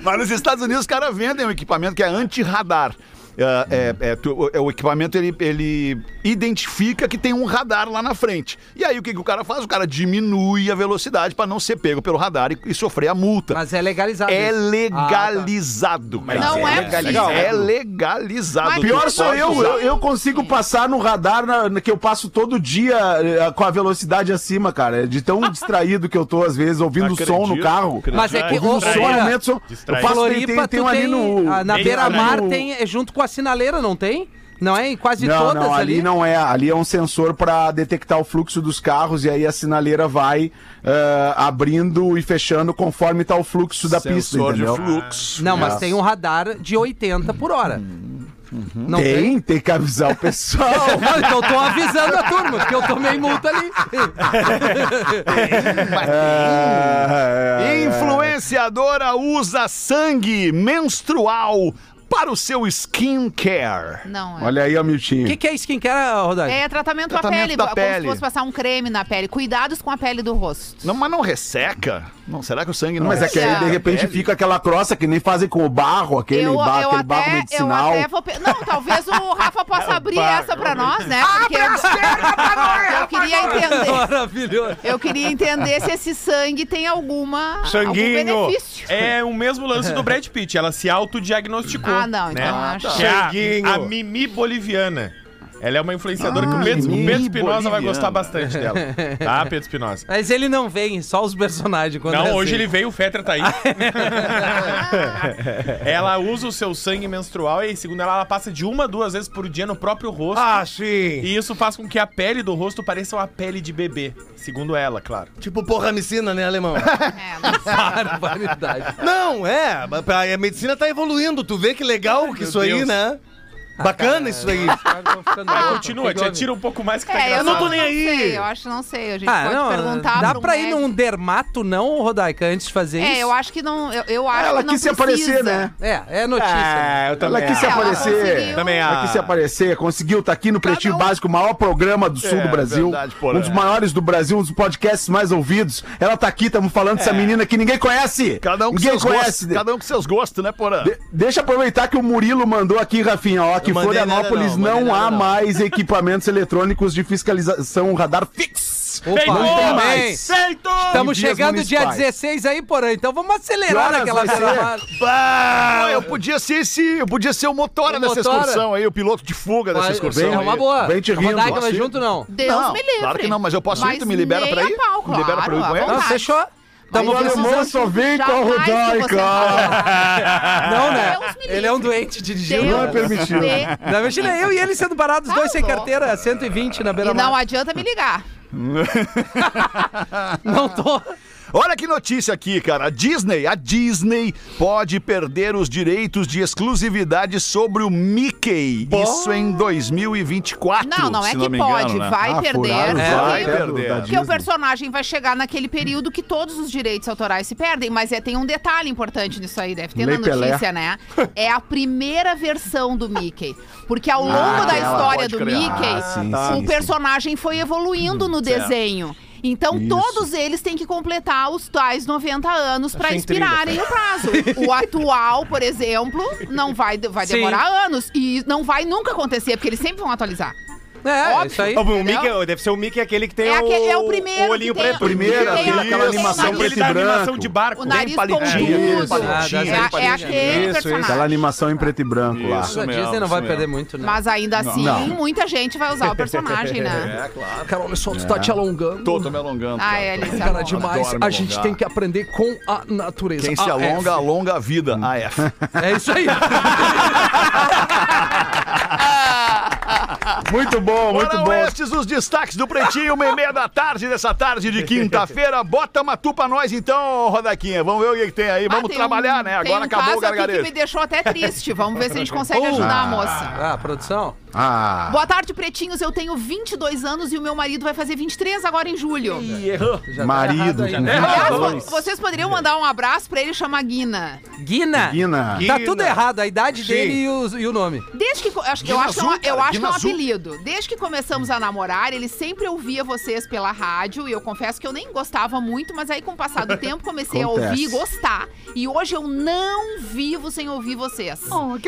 S3: Mas nos Estados Unidos os caras vendem um equipamento que é anti-radar. Ah, É, é, tu- é, o equipamento ele, ele identifica que tem um radar lá na frente. E aí o que, que o cara faz? O cara diminui a velocidade para não ser pego pelo radar e, e sofrer a multa.
S8: Mas é legalizado.
S3: é
S8: isso.
S3: legalizado. cara.
S7: Não é possível.
S3: É legalizado.
S7: Mas
S3: Tu
S5: Pior sou
S3: pode
S5: eu,
S3: usar.
S5: eu, eu consigo passar no radar na- na- que eu passo todo dia eh, com a velocidade acima, cara. De tão distraído que eu tô, às vezes, ouvindo o som no
S3: Acredito,
S5: carro.
S3: acredito.
S8: Mas é que
S5: Ouvindo o som,
S8: olha,
S5: aumento o som. Eu
S9: Distraído.
S5: passo, tem,
S8: Floripa,
S5: tem, tem
S8: tu
S5: um ali no...
S8: ah, na
S9: tem
S8: beira-mar
S5: ali no-
S8: tem é junto com a sinaleira, não tem? Não é em quase
S5: Não,
S8: todas
S5: não, ali,
S8: ali.
S5: não é. Ali é um sensor pra detectar o fluxo dos carros e aí a sinaleira vai eh, abrindo e fechando conforme tá o fluxo da pista,
S3: um Sensor de
S5: entendeu?
S3: fluxo.
S8: Não, mas tem um radar de 80 por hora. Não
S5: Tem, tem que avisar o pessoal.
S8: Não, então eu tô avisando a turma, porque eu tomei multa ali.
S5: É, é, é.
S3: Influenciadora usa sangue menstrual para o seu skincare.
S7: Não, é.
S5: Olha aí, ó, Miltinho.
S8: O que, que é skincare, Rodai?
S7: É tratamento,
S3: Tratamento
S7: à pele,
S3: da
S7: como
S3: pele.
S7: se fosse passar um creme na pele. Cuidados com a pele do rosto.
S3: Não, mas não resseca? Não, será que o sangue não
S5: Mas é que aí, de
S7: Olha.
S5: repente, fica aquela crosta que nem fazem com o barro, aquele, barro, aquele barro
S7: eu
S5: medicinal.
S7: até vou. pe- Não, talvez o Rafa possa abrir essa pra nós, né? Porque eu queria entender.
S8: Maravilhoso.
S7: Eu queria entender se esse sangue tem alguma Ah, algum
S9: Sanguinho.
S7: benefício.
S9: É o mesmo lance do Brad Pitt, ela se autodiagnosticou.
S7: Ah, não, então
S9: né?
S7: eu acho.
S9: Que é a-
S6: Sanguinho.
S9: a, Mimi Boliviana. Ela é uma influenciadora
S7: Ah,
S9: que o Pedro, o Pedro Espinosa vai gostar bastante dela. Tá, Pedro Espinosa?
S8: Mas ele não vem, só os personagens. Quando é
S9: Não, hoje
S8: assim.
S9: ele veio, o Fetra tá aí. ela usa o seu sangue menstrual e, segundo ela, ela passa de uma a duas vezes por dia no próprio rosto.
S10: Ah, sim.
S9: E isso faz com que a pele do rosto pareça uma pele de bebê. Segundo ela, claro.
S6: Tipo porra medicina, né, alemão?
S7: É, não sei.
S8: Barbaridade.
S6: Não, é. A a medicina tá evoluindo. Tu vê que legal que isso aí,
S9: Deus.
S6: né?
S3: Ah,
S6: Bacana isso aí.
S8: Os caras tão ficando
S5: Ah,
S8: loucos.
S9: Continua,
S8: Pegou
S9: tia,
S8: a-
S9: tira um pouco mais que tá
S7: Ah, É, eu
S9: engraçado.
S7: não tô nem aí. eu acho que não sei. A gente
S8: Ah,
S7: pode
S8: não,
S7: perguntar.
S8: dá
S7: pro
S8: pra ir
S7: médico.
S8: num dermato não, Rodaica, antes de fazer
S7: É,
S8: isso?
S7: eu acho que não. Eu, eu acho
S5: Ela
S7: que não
S5: quis se
S7: precisa.
S5: aparecer, né?
S8: É, é notícia.
S10: É, eu
S5: Ela
S10: também.
S5: quis se
S7: Ela
S5: aparecer.
S7: conseguiu. Também
S5: Ela
S10: a-
S5: quis se aparecer, conseguiu, tá aqui no Pretinho
S7: um-
S5: Básico, o maior programa do sul
S3: É,
S5: do Brasil.
S3: verdade, porra.
S5: um dos maiores do Brasil, um dos podcasts mais ouvidos. Ela tá aqui, estamos falando dessa menina que ninguém conhece.
S3: Cada um com
S5: ninguém
S3: seus
S5: conhece.
S3: gostos. Cada um com seus gostos, né, Porã?
S5: De- deixa eu aproveitar que o Murilo mandou aqui, Rafinha, ó, que
S6: Eu mandei nada
S5: Florianópolis
S6: não,
S5: não,
S6: mandei nada
S5: há
S6: não.
S5: mais equipamentos eletrônicos de fiscalização radar fix.
S8: Opa,
S5: Não tem
S8: bem.
S5: mais.
S9: Feito!
S8: Estamos
S5: Em vias
S8: chegando dia
S5: municipais.
S8: 16 aí, porém. Então vamos acelerar
S5: Que horas
S8: aquela
S5: vai ser?
S8: beira-mar.
S3: Bah, eu podia ser esse. Eu podia ser o motora
S8: O
S3: dessa
S8: motora?
S3: excursão aí, o piloto de fuga dessa
S8: Vai-
S3: excursão.
S8: É uma
S3: aí.
S8: boa.
S5: Vem te rindo,
S8: Rodaica vai
S5: assim.
S8: junto, não?
S7: Deus
S3: Não,
S7: me livre.
S3: claro que não, mas eu posso ir, tu me libera
S7: nem
S3: pra
S7: a
S3: ir?
S7: Pau,
S3: Me libera pra eu ir
S7: claro,
S3: com
S7: à
S3: ela?
S5: Não,
S7: vontade.
S5: fechou. Tamo
S7: Mas
S5: precisando-
S7: precisamos
S5: só vem com a
S7: jamais que você
S5: Rodaica.
S7: fala.
S8: Não, né?
S7: Deus me livre.
S8: Ele é um doente dirigindo.
S7: Deus
S5: Não é permitido.
S7: me-
S8: Não, imagina eu e ele sendo parados, os dois sem carteira, 120 na
S7: E não
S8: beira-mar.
S7: adianta me ligar.
S8: Não tô.
S3: Olha que notícia aqui, cara. A Disney, a Disney pode perder os direitos de exclusividade sobre o Mickey. Isso em 2024.
S7: Não, não é
S3: se
S7: que
S3: me
S7: pode,
S3: engano, né?
S7: vai
S5: Ah,
S7: perder.
S5: furaram
S7: porque-
S5: os
S3: vai
S5: olhos até do-
S3: perder.
S5: da
S7: Porque o
S5: Disney.
S7: personagem vai chegar naquele período que todos os direitos autorais se perdem, mas é, tem um detalhe importante nisso aí, deve ter
S5: Lei
S7: na
S5: Pelé.
S7: notícia, né? É a primeira versão do Mickey. Porque ao longo
S5: Ah,
S7: da
S5: ela
S7: história
S3: pode
S7: do
S3: criar.
S7: Mickey,
S5: Ah, sim, tá.
S7: o
S5: sim,
S7: personagem foi evoluindo no desenho. Então,
S5: Isso.
S7: todos eles têm que completar os tais 90 anos para
S10: Achei intriga,
S7: inspirarem o prazo. O atual, por exemplo, não vai, vai
S8: Sim.
S7: demorar anos. E não vai nunca acontecer, porque eles sempre vão atualizar.
S8: É,
S7: Óbvio.
S8: isso aí.
S10: O Mickey-
S7: Entendeu?
S10: deve ser o Mickey aquele que tem
S7: É
S10: o,
S7: aquele- é o primeiro
S10: o olhinho
S7: que tem-
S10: preto.
S5: um Primeiro,
S7: Tem
S5: aquele,
S7: a-
S5: aquela
S7: tem o
S5: animação
S7: nariz-
S5: preto
S9: Ele
S5: e
S9: da animação
S5: branco.
S9: de barco.
S7: O nariz
S5: palitinho,
S7: pontudo.
S8: palitinho,
S7: É, é
S8: palitinho.
S7: aquele
S10: Isso, isso.
S5: Aquela
S7: personagem.
S5: animação em preto e branco lá.
S8: Mas a
S3: Isso
S8: Disney
S3: mesmo,
S8: não vai
S3: isso
S8: perder muito, né?
S7: Mas ainda assim,
S5: Não.
S7: muita gente vai usar o personagem, né?
S8: Cara, olha só, tu tá te alongando.
S3: Tô, tô me alongando.
S7: Ah,
S3: cara,
S7: é,
S3: tô-
S7: Alice,
S8: Cara,
S7: amor.
S8: demais.
S3: Adoro me
S8: A gente
S3: alongar.
S8: tem que aprender com a natureza.
S3: Quem se
S8: AF.
S7: é.
S3: alonga, alonga a vida. Ah, é.
S8: É isso aí.
S5: Muito bom, muito
S3: Foram
S5: bom.
S3: estes os destaques do Pretinho, uma e meia da tarde, dessa tarde de quinta-feira. Bota Matu pra nós então, Rodaquinha. Vamos ver o que, que tem aí.
S7: Ah,
S3: Vamos
S7: tem
S3: trabalhar,
S7: um-
S3: né?
S7: tem
S3: Agora
S7: um
S3: acabou
S7: caso
S3: o
S7: aqui que
S3: gargarejo.
S7: me deixou até triste. Vamos ver se a gente consegue ajudar a moça.
S8: Ah, produção?
S5: Ah,
S7: Boa tarde, pretinhos. Eu tenho 22 anos e o meu marido vai fazer 23 agora em julho.
S8: Já tá errado
S5: marido.
S8: aí.
S7: Aliás,
S8: é
S5: Guina.
S7: vo- vocês poderiam mandar um abraço pra ele chamar Guina.
S8: Guina.
S5: Guina.
S8: Tá tudo errado, a idade dele e o, e o nome.
S7: Desde que. co- acho que- eu
S3: Guina
S7: acho, que é um-
S3: azul, cara,
S7: eu acho que é
S3: Guina
S7: um
S3: azul.
S7: apelido. Desde que começamos a namorar, ele sempre ouvia vocês pela rádio. E eu confesso que eu nem gostava muito, mas aí, com o passar do tempo, comecei a
S5: Acontece.
S7: ouvir e gostar. E hoje eu não vivo sem ouvir vocês.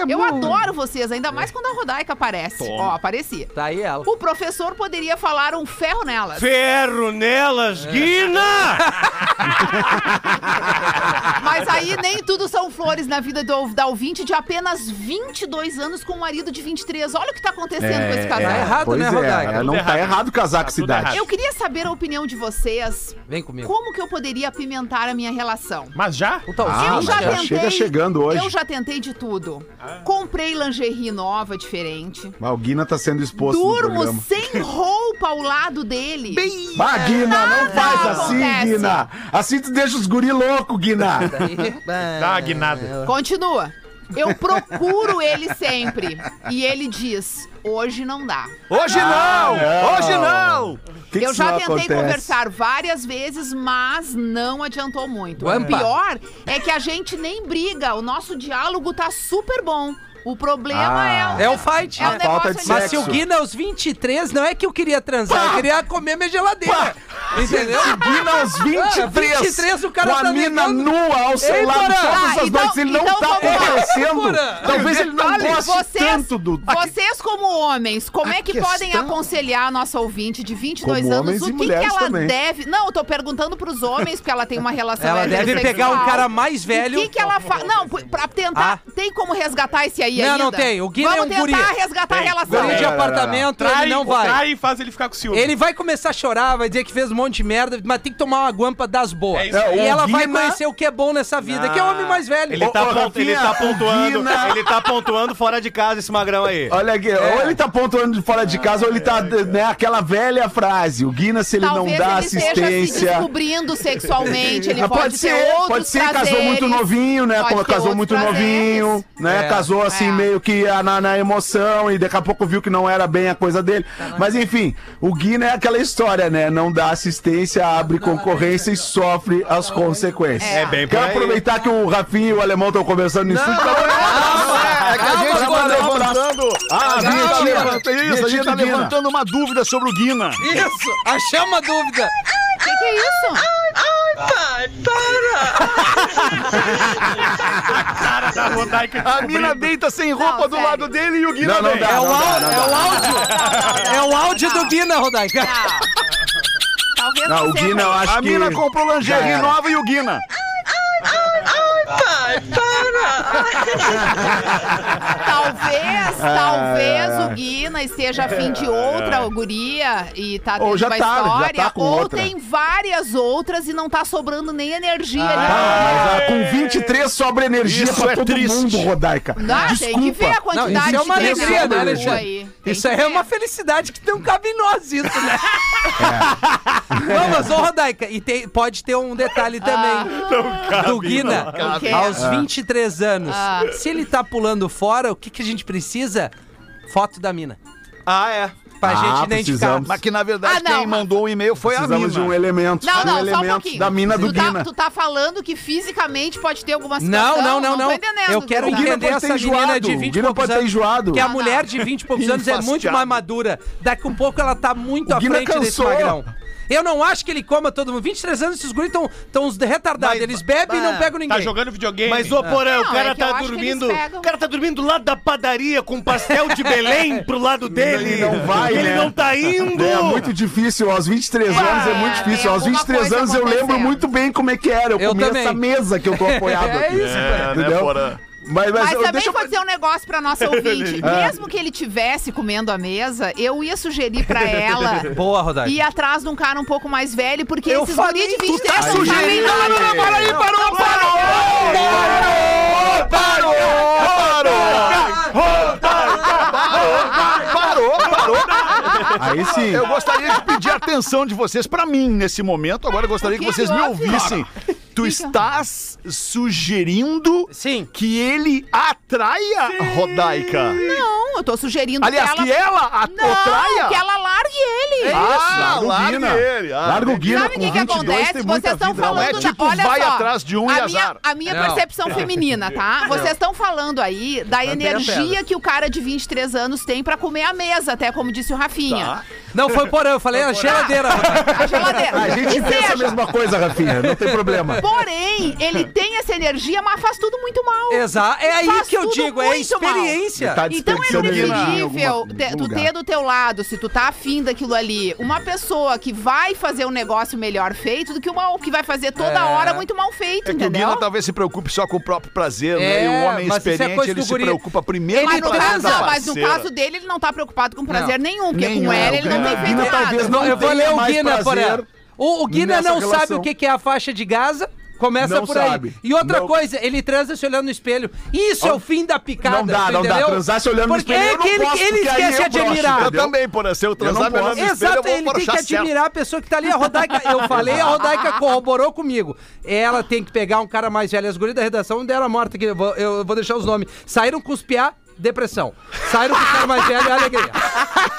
S7: eu adoro vocês, ainda mais quando a Rodaica aparece. Ó, aparecia.
S8: Tá aí ela.
S7: O professor poderia falar um ferro nelas.
S10: Ferro nelas,
S5: É.
S10: Guina!
S7: Mas aí nem tudo são flores na vida do, da ouvinte de apenas 22 anos com um marido de 23. Olha o que tá acontecendo com esse casal.
S8: Tá errado,
S5: pois
S8: né,
S5: é,
S8: Rodaica?
S5: não
S9: Tudo
S5: tá
S9: errado.
S5: errado casar com
S9: Tá
S5: a
S9: tudo
S5: cidade.
S9: errado.
S7: Eu queria saber a opinião de vocês.
S8: Vem comigo.
S7: Como que eu poderia apimentar a minha relação?
S9: Mas já?
S8: Puta, os
S5: Ah,
S7: eu
S8: vinte,
S5: já
S8: cara.
S5: chega chegando hoje.
S7: Eu já tentei de tudo. Comprei lingerie nova, diferente.
S5: Mas o Guina tá sendo exposto no
S7: Durmo
S5: programa.
S7: sem roupa ao lado dele.
S5: Ah, Guina, não
S7: Nada
S5: faz assim,
S7: acontece.
S5: Guina. Assim tu deixa os guri louco, Guina. é.
S9: Dá uma guinada.
S7: Continua. Eu procuro ele sempre. E ele diz: hoje não dá.
S3: Hoje não!
S5: não.
S3: Hoje não!
S5: Que que
S7: Ah, eu já
S5: isso
S7: tentei
S5: acontece?
S7: conversar várias vezes, mas não adiantou muito.
S8: Uampa.
S7: O pior é que a gente nem briga, o nosso diálogo tá super bom. O problema
S5: Ah.
S7: é,
S8: É o fight,
S7: é o
S8: né?
S7: negócio
S5: Falta de
S7: ali.
S5: sexo.
S8: Mas se o Guina aos 23, não é que eu queria transar, eu queria comer minha geladeira. Entendeu?
S5: Guina aos
S7: é
S5: 23.
S8: Ah, 23, o cara
S5: com a
S8: tá
S5: mina
S8: negando.
S5: nua ao seu
S8: Ei,
S5: lado
S8: Porã.
S5: todas
S7: Ah,
S5: as
S7: então-
S5: noites. Ele não
S7: então
S5: tá
S7: vamos lá.
S5: crescendo.
S8: Porã.
S5: Talvez ele não
S7: Olha, é assim.
S5: goste tanto do.
S7: vocês como homens, como é que
S5: questão-
S7: podem aconselhar a nossa ouvinte de 22
S5: Como
S7: anos
S5: homens
S7: o
S5: e
S7: que, que
S5: mulheres
S7: ela
S5: também.
S7: deve... Não, eu tô perguntando pros homens, porque ela tem uma relação
S8: Ela deve pegar
S7: heterossexual.
S8: um cara mais velho. Ah.
S7: O que, que ela faz? Não, p- pra tentar... Tem como resgatar esse aí
S8: Não,
S7: ainda?
S8: não tem. O Gui é
S7: Vamos
S8: um
S7: tentar
S8: guri.
S7: resgatar a relação.
S8: Guri de
S5: Não, não, não, não.
S8: apartamento,
S9: Trai,
S8: ele não vai.
S9: trai e faz ele ficar com ciúme.
S8: Ele vai começar a chorar, vai dizer que fez um monte de merda, mas tem que tomar uma guampa das boas.
S9: É isso aí.
S8: e ela vai
S5: Guina-
S8: conhecer o que é bom nessa vida, que é o homem mais velho.
S10: Ele tá,
S5: ô,
S10: pon- ele
S5: Rafinha,
S10: tá pontuando.
S5: Guina.
S10: Ele tá pontuando fora de casa esse magrão aí.
S5: Olha aqui,
S7: É.
S5: ou ele tá pontuando de fora de
S7: Ah,
S5: casa, ou ele tá, né, aquela velha frase, o Guinness se ele
S7: Talvez
S5: não dá
S7: ele esteja se
S5: assistência.
S7: descobrindo sexualmente, ele
S5: Ah,
S7: pode, ter outros
S5: pode ser,
S7: prazeres,
S5: casou muito novinho, né?
S7: pode ter
S5: casou
S7: outros
S5: muito
S7: prazeres.
S5: novinho, né?
S8: É.
S5: Casou assim,
S7: É.
S5: meio que a- na, na emoção, e daqui a pouco viu que não era bem a coisa dele.
S7: Tá
S5: Mas enfim, o Gui né, é aquela história, né? Não dá assistência, abre concorrência e sofre as consequências.
S7: É
S10: bem por
S5: Quero
S10: aí.
S5: aproveitar que o Rafinha e o Alemão estão conversando nisso. Não,
S3: É que a
S8: Calma,
S3: gente tá
S8: Gordão.
S3: levantando. Ah, a gente tá
S5: Dietinha.
S3: levantando isso, a gente tá
S5: Dietinha do Guina.
S3: levantando uma dúvida sobre o Guina.
S8: Isso! Achei uma dúvida!
S7: O que, que é isso?
S9: Cara da Rodaica
S3: A
S9: descobrindo.
S3: mina deita sem roupa do
S7: sério.
S3: lado dele e o Guina
S5: não
S3: vem.
S5: dá.
S8: É o,
S5: não dá,
S8: áudio,
S5: não
S8: é o
S5: dá.
S8: áudio! É o áudio do Guina, Rodaica!
S7: Ah. Talvez
S5: Não, o
S7: você
S5: Guina, eu acho
S3: A
S5: que.
S3: mina comprou lingerie nova e o Guina.
S7: Talvez, talvez o Guina esteja afim de outra guria e tá tendo
S5: Ou já
S7: uma
S5: tá, já
S7: história.
S5: tá com
S7: ou
S5: outra.
S7: tem várias outras e não tá sobrando nem energia ali.
S5: Ah, mas ah, com 23 sobra energia
S3: Isso
S5: pra
S3: é
S5: todo
S3: triste.
S5: mundo, Rodaica.
S7: Não,
S5: Desculpa.
S7: tem que ver a
S8: Não,
S7: quantidade
S8: isso é uma
S7: de
S8: alegria,
S7: gente na
S8: né,
S7: rua
S8: Alexandre?
S7: aí. Tem
S8: Isso
S7: que
S8: aí
S7: ver.
S8: é uma felicidade que não cabe em nós, isso, né? Não, mas ô Rodaica, e tem- pode ter um
S7: Ah.
S8: detalhe também. do Guina,
S7: cabe.
S8: aos 23 anos.
S7: Ah.
S8: Se ele tá pulando fora, o que, que a gente precisa? Foto da mina.
S10: Ah, é.
S8: Pra
S5: Ah,
S8: gente identificar.
S5: precisamos.
S3: Mas que na verdade
S7: Ah, não,
S3: quem
S7: mas-
S3: mandou o e-mail foi a mina.
S5: Precisamos de um elemento.
S7: Não,
S5: de
S7: não,
S5: um
S7: só um
S5: elemento
S7: pouquinho.
S5: da mina do
S7: tu, tá,
S5: Guina.
S7: tu tá falando que fisicamente pode ter alguma situação.
S8: Não, não, não, não.
S7: tô entendendo.
S8: Eu quero
S7: cara.
S5: Guina
S8: entender
S5: pode ter
S8: essa menina
S5: enjoado,
S8: de
S5: o
S8: 20 e
S5: Guina
S8: poucos
S5: pode ter
S8: anos.
S5: enjoado.
S8: Que a
S7: não.
S8: mulher de 20 e poucos anos é muito
S3: Enfastiado.
S8: mais madura. Daqui um pouco ela tá muito
S5: O
S8: à
S5: Guina
S8: frente desse
S5: cansou.
S8: magrão. Eu não acho que ele coma todo mundo. 23 anos, esses guris estão uns retardados.
S10: Mas-
S8: Eles bebem e não
S10: mas-
S8: pegam ninguém.
S9: Tá jogando videogame.
S10: Mas,
S5: Ah.
S10: ô, Porã,
S7: Não,
S10: o cara
S7: é que eu
S10: tá
S7: acho que eles
S10: dormindo.
S7: pegam.
S10: O cara tá dormindo do lado da padaria com um pastel de Belém pro lado dele.
S5: Ele não vai,
S10: Ele
S5: né?
S10: não tá indo.
S5: É muito difícil, aos 23 anos é muito
S7: tem
S5: difícil. Aos
S7: alguma
S5: 23
S7: coisa
S5: anos eu lembro
S7: acontecendo.
S5: muito bem como é que era. Eu,
S8: Eu
S5: comia
S8: também.
S5: essa mesa que eu tô apoiado
S8: É
S5: aqui.
S8: isso,
S9: É, né,
S5: entendeu?
S9: Porã?
S5: Mas, mas,
S7: Mas
S5: eu,
S7: também
S5: deixa eu
S7: vou dizer um negócio pra nossa ouvinte. Mesmo que ele tivesse comendo à mesa, eu ia sugerir pra ela
S8: Boa, Rodaica.
S7: ir atrás de um cara um pouco mais velho, porque
S8: Eu
S7: esses
S8: falei,
S7: guri de
S8: tu
S7: 20
S8: tá
S7: anos
S8: sugerindo-
S7: não, não, não, não, para aí, parou,
S5: Parou! Parou!
S3: Parou, parou.
S5: Aí sim.
S3: Eu gostaria de pedir a atenção de vocês pra mim nesse momento. Agora eu gostaria que
S7: que
S3: vocês me
S7: houve?
S3: ouvissem. Tu estás sugerindo
S8: Sim.
S3: que ele atraia a Rodaica.
S7: Não, eu tô sugerindo
S3: Aliás,
S7: que ela...
S3: que é ela a-
S7: Não,
S3: atraia.
S7: que ela largue ele.
S3: Ah,
S5: Larga o
S3: larga
S5: Guina.
S3: ele. Ah,
S5: Larga o Guina
S7: Sabe o
S5: com
S7: que, que
S5: 22
S7: acontece?
S5: tem
S7: Vocês
S5: muita
S7: estão
S5: vida.
S7: falando
S3: é
S7: da-
S3: tipo,
S7: olha
S3: vai
S7: só,
S3: atrás de um e
S7: a
S3: azar.
S7: minha, a minha
S8: Não.
S7: percepção feminina, tá? Vocês estão falando aí da energia
S8: pedra.
S7: que o cara de 23 anos tem pra comer à mesa, até como disse o Rafinha.
S8: Não foi porão, eu falei a geladeira. Rodaica.
S7: A geladeira.
S5: A gente
S7: Que
S5: pensa a
S7: seja.
S5: mesma coisa, Rafinha. Não tem problema.
S7: Porém, ele tem essa energia, mas faz tudo muito mal.
S8: Exato. É aí
S7: Faz
S8: que eu
S7: tudo
S8: digo, é a
S7: muito mal.
S8: experiência.
S5: Tá
S7: Então é
S5: desperdiçando energia em
S7: preferível
S5: alguma- em
S7: te-
S5: algum
S7: tu
S5: lugar.
S7: ter do teu lado, se tu tá afim daquilo ali, uma pessoa que vai fazer um negócio melhor feito do que uma que vai fazer toda
S8: É.
S7: hora muito mal feito,
S3: É que o
S7: entendeu?
S3: Guina talvez se preocupe só com o próprio prazer, né?
S8: É,
S3: E o homem
S8: mas isso é
S3: experiente,
S8: coisa
S3: ele
S8: do
S3: se
S8: guri.
S3: preocupa primeiro
S7: Mas
S3: com o
S7: no,
S3: prazer
S7: caso,
S3: da
S7: mas no
S3: parceira.
S7: caso dele, ele não tá preocupado com prazer nenhum, porque
S5: Nenhum,
S7: com ela ele não
S5: cara.
S7: tem feito
S5: Guina
S7: nada.
S5: talvez
S8: Não, eu vou
S5: tenha
S8: ler o
S5: mais prazer
S8: Guina, Porã. O, o Guina
S5: nessa
S8: não
S5: relação.
S8: sabe o que que é a faixa de Gaza. Começa
S5: Não
S8: por aí.
S5: sabe.
S8: E outra
S5: Não.
S8: coisa, ele transa se olhando no espelho. Isso é o fim da picada.
S5: Não dá,
S8: tu
S5: não dá.
S8: entendeu?
S5: Transar se olhando no
S8: Porque
S5: espelho,
S8: é
S5: eu não
S8: que ele,
S5: posso,
S8: ele
S5: porque aí
S8: quer se
S5: eu broxo,
S8: admirar.
S3: Eu também, porra, se eu transar
S5: não
S3: melhor
S5: posso.
S3: no espelho, eu
S8: Exato,
S3: vou
S8: ele tem que
S3: brochar certo.
S8: admirar a pessoa que tá ali. A Rodaica, eu falei, a Rodaica corroborou comigo. Ela tem que pegar um cara mais velho. As gurias da redação dela morta, que eu vou, eu vou deixar os nomes. Saíram com os piá, depressão. Saíram com o cara mais velho, é alegria.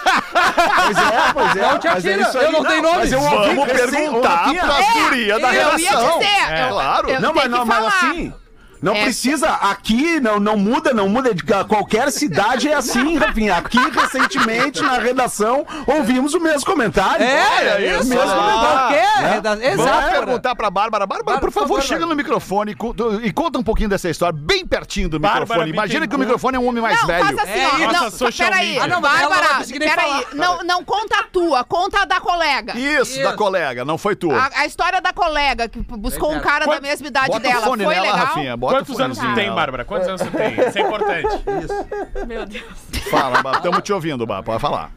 S5: Pois é, pois é.
S8: Não te
S5: mas é
S8: atira,
S5: isso
S8: eu
S5: aí.
S8: não dei
S5: Mas
S8: nomes.
S5: eu ouvi
S3: Vamos
S5: recém-
S3: perguntar
S5: Rafinha,
S3: pra guria da
S7: eu ia
S3: relação.
S7: dizer,
S3: É,
S7: eu-
S3: claro.
S7: eu-
S5: Não,
S7: tem
S5: mas
S7: que
S5: não, mas
S7: falar.
S5: assim. Não
S7: É.
S5: precisa, aqui não, não muda, não muda. é De ca- qualquer cidade é assim, Rafinha. Aqui, recentemente, na redação, ouvimos o mesmo comentário.
S8: É, isso.
S5: mesmo comentário.
S8: Qualquer
S5: Né?
S8: reda-
S3: Vamos
S8: Exato.
S3: perguntar pra Bárbara. Bárbara,
S8: Bárbara,
S3: por
S8: por
S3: favor,
S8: favor,
S3: chega
S8: Bárbara.
S3: no microfone e co- e conta um pouquinho dessa história, bem pertinho do
S9: Bárbara
S3: microfone. Imagina que o
S9: Bittencourt.
S3: microfone é um homem mais
S7: não,
S3: velho.
S7: Faça assim,
S8: É
S7: ó.
S8: isso.
S7: Não,
S9: Nossa, social
S7: peraí.
S9: media.
S8: Ah, não, mas ela não vai
S7: Bárbara,
S8: conseguir nem
S7: peraí.
S8: falar.
S7: Não, não conta a tua, conta a da colega.
S3: Isso, da
S8: Isso.
S3: colega, não foi tu.
S7: assim. A, a história da colega que buscou um cara da mesma idade
S3: Bota
S7: dela.
S3: o fone
S7: Foi
S3: nela,
S7: legal?
S3: Rafinha. Bota o
S9: Quantos
S3: fone
S9: anos tu
S3: nela.
S9: tem, Bárbara? Quantos anos tu tem? Isso é importante.
S11: Meu Deus.
S3: Fala, Bárbara, estamos te ouvindo, Bárbara, pode falar.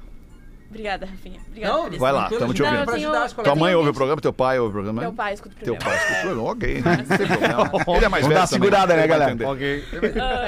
S11: Obrigada, Rafinha. Obrigada
S4: Não,
S11: por isso.
S3: vai lá,
S8: então,
S4: tranquilo,
S3: tamo te
S4: gente,
S11: Não,
S3: ouvindo.
S11: eu
S4: pra
S11: tenho-
S8: assim,
S4: ajudar as
S11: eu
S3: Tua
S4: colegas.
S11: tenho
S3: mãe ouve o
S11: amigos.
S3: programa, teu pai ouve o programa?
S11: Meu pai escuta o
S3: Teu
S11: programa.
S3: pai escuta o
S11: É.
S3: programa, ok. né? Não tem problema. Ele é mais
S5: Vamos
S3: velho
S5: dar uma
S3: também,
S5: segurada, né,
S3: ele vai
S5: galera?
S3: entender.
S10: Ok.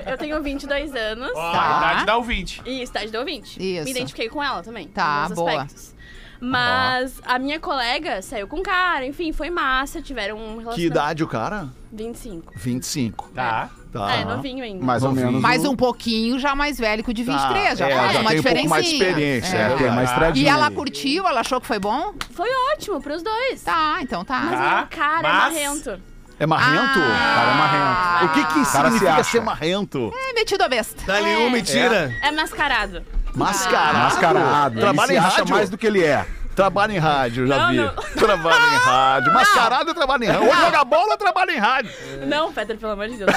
S11: Ah, eu tenho 22 anos.
S9: Ó,
S7: Tá.
S9: a idade da ouvinte.
S11: E estágio do ouvinte.
S7: Isso.
S11: Me identifiquei com ela também.
S7: Tá,
S11: em alguns
S7: boa.
S11: aspectos. Mas a minha colega saiu com um cara, enfim, foi massa, tiveram um relacionamento.
S3: Que idade o cara?
S11: 25.
S3: 25.
S9: Tá.
S3: Tá.
S11: É, novinho ainda.
S5: Mais ou menos.
S7: Ah, Mais um pouquinho, já mais velho que o de 23. Já
S3: Uhum. é,
S7: faz
S3: já
S7: uma
S3: tem um pouco mais de
S7: diferencinha.
S3: experiência. é
S5: É, tem
S3: verdade.
S5: mais
S7: E
S5: tradinha
S7: ela
S5: aí.
S7: curtiu, ela achou que foi bom?
S11: Foi ótimo pros dois.
S7: Tá, então tá.
S11: Mas
S9: Tá,
S11: meu cara
S9: mas-
S11: é marrento.
S3: É marrento?
S7: Ah.
S5: Cara, é marrento.
S3: O que que
S5: Cara se
S3: significa
S5: acha.
S3: ser marrento?
S7: É metido a besta.
S6: Dá-lhe
S11: É.
S6: uma e tira.
S11: É mascarado.
S3: Mascarado.
S5: Mascarado.
S3: Trabalha
S5: ele
S3: em
S5: se acha
S3: rádio?
S5: mais do que ele é.
S3: Trabalha em rádio, já
S11: Não,
S3: vi.
S11: não.
S3: Trabalha em rádio. Mascarado é trabalha em rádio. Ou joga bola, trabalha em rádio.
S11: Não, Petra, pelo amor de Deus.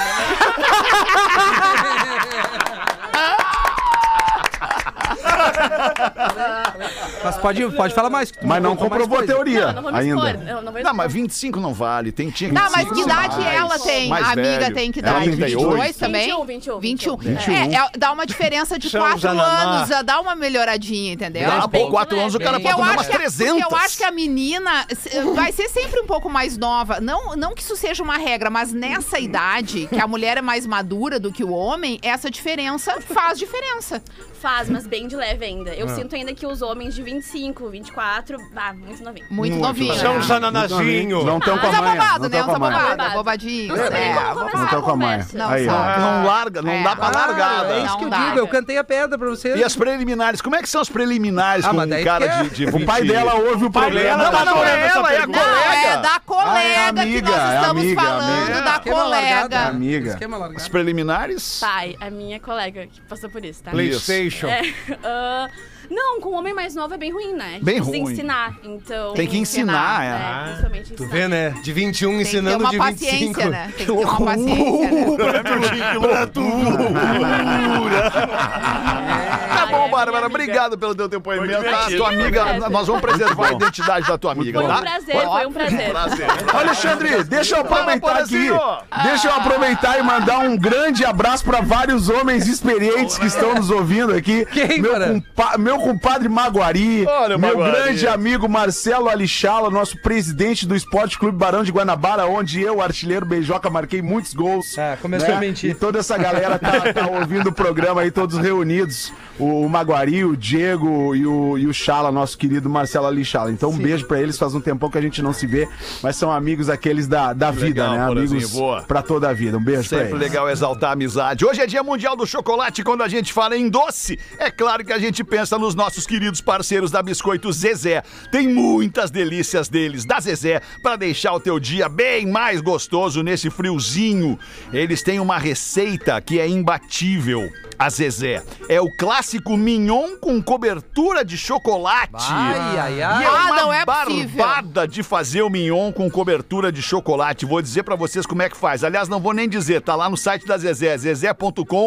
S8: Mas pode, pode falar mais. que tu
S5: Mas não
S8: contou mais
S5: comprovou a
S8: coisa.
S5: teoria
S11: Não, não vou me
S5: ainda.
S11: expor. Não, não vou
S3: Não,
S11: expor.
S3: mas 25 não vale. Tem, tinha
S7: Não, Tá, mas
S3: 25
S7: que idade
S3: mais.
S7: ela tem?
S3: Mais
S7: a amiga
S3: velho.
S7: tem que
S3: Ela
S7: idade?
S3: tem
S7: 22
S3: 22
S7: também?
S11: 21,
S7: 21.
S11: 21.
S7: É, é, dá uma diferença de
S10: Chama o
S7: 4
S10: Zanamá.
S7: anos, já dá uma melhoradinha, entendeu?
S3: Ah,
S11: bem,
S3: pô, 4
S11: né?
S3: anos o
S5: Tá
S3: cara
S8: Bem.
S3: pode
S7: eu
S3: tomar umas
S7: acho, que, é porque
S3: 300.
S7: eu acho que a menina se- vai ser sempre um pouco mais nova. Não, não que isso seja uma regra, mas nessa idade, que a mulher é mais madura do que o homem, essa diferença faz diferença.
S11: Faz, mas bem de leve ainda. Eu sinto ainda que os homens de 25, 24, ah, muito novinho.
S7: Muito novinha.
S6: São um
S5: É.
S7: né?
S6: jananazinho.
S5: Não estão tá com
S7: Mas
S5: a
S7: é
S5: manha.
S7: bobado,
S5: Não
S7: né?
S5: estão com
S7: Usa
S5: a manha. É.
S7: bobada, bobadinho.
S11: Não sei
S7: né?
S11: nem como
S5: Não
S11: começar
S5: estão
S11: a
S5: com a manha.
S11: conversa.
S5: Aí, ó.
S7: sabe.
S3: Não larga, não
S7: É.
S3: dá pra
S7: Ah,
S3: largada.
S8: É isso que eu
S7: Não dá.
S8: digo, eu cantei a pedra pra vocês.
S3: E as preliminares? Como é que são as preliminares
S8: Ah,
S3: com
S8: mas
S3: um
S8: daí
S3: cara
S8: quer-
S3: de, de
S5: O pai
S3: 20?
S5: dela ouve o
S3: Não,
S5: problema.
S3: mas
S5: tá
S3: não
S5: chorando
S3: é
S5: essa
S3: ela, é a
S5: pergunta.
S7: Não, é
S3: Colega.
S7: da
S5: Ah, é
S7: colega que
S5: amiga,
S7: nós
S5: é
S7: estamos
S5: amiga,
S7: falando,
S5: amiga.
S7: da
S8: Esquema largado,
S7: colega.
S5: Amiga.
S8: Esquema
S3: As
S8: largado.
S5: Tá.
S3: preliminares?
S11: Pai, a minha colega que passou por isso, tá?
S10: PlayStation.
S11: É, ah, não, com um homem mais novo é bem ruim, né?
S3: Bem
S11: Tem
S3: ruim.
S11: que ensinar, então...
S3: Tem que ensinar, é.
S11: é. principalmente
S6: Tu
S11: ensinar.
S6: vê, né? De 21
S7: Tem que ter
S6: ensinando
S7: uma
S6: de 25.
S7: paciência, né? Tem que ter
S10: Uh!
S7: uma paciência, né?
S3: É Tá
S11: é,
S3: bom,
S11: minha
S3: Bárbara,
S11: amiga.
S3: obrigado pelo teu depoimento. Ah,
S9: divertido.
S3: tua amiga,
S11: Muito
S3: nós vamos preservar a identidade da tua amiga,
S11: Foi um
S3: tá?
S11: prazer, foi um prazer.
S5: Olha, Alexandre, deixa eu aproveitar
S3: Fala,
S5: aqui.
S3: Porazinho!
S5: Deixa eu aproveitar e mandar um grande abraço para vários homens experientes que estão nos ouvindo aqui.
S8: Quem,
S5: meu,
S8: cara?
S5: compa- meu compadre Maguari,
S3: Olha o
S5: meu
S3: Maguari.
S5: grande amigo Marcelo Alixala, nosso presidente do Esporte Clube Barão de Guanabara, onde eu, artilheiro Beijoca, marquei muitos gols. Né?
S8: Ah, começou a mentir.
S5: E toda essa galera tá, tá ouvindo o programa aí, todos reunidos. O, o Maguari, o Diego e o, e o Chala, nosso querido Marcelo Alixala. Então, um beijo pra eles. Faz um tempão que a gente não se vê, mas são amigos aqueles da, da vida,
S3: legal,
S5: né?
S3: Porazinho,
S5: Amigos
S3: boa.
S5: pra toda a vida. Um beijo pra
S3: Sempre
S5: eles.
S3: legal exaltar a amizade. Hoje é dia mundial do chocolate. Quando a gente fala em doce, é claro que a gente pensa nos nossos queridos parceiros da Biscoito Zezé. Tem muitas delícias deles da Zezé para deixar o teu dia bem mais gostoso nesse friozinho. Eles têm uma receita que é imbatível. A Zezé é o clássico mignon com cobertura de chocolate.
S8: Ai, ai,
S3: E
S8: ai.
S3: é
S7: Ah,
S3: uma
S7: não é possível.
S3: barbada de fazer o mignon com cobertura de chocolate. Vou dizer pra vocês como é que faz. Aliás, não vou nem dizer, tá lá no site da Zezé,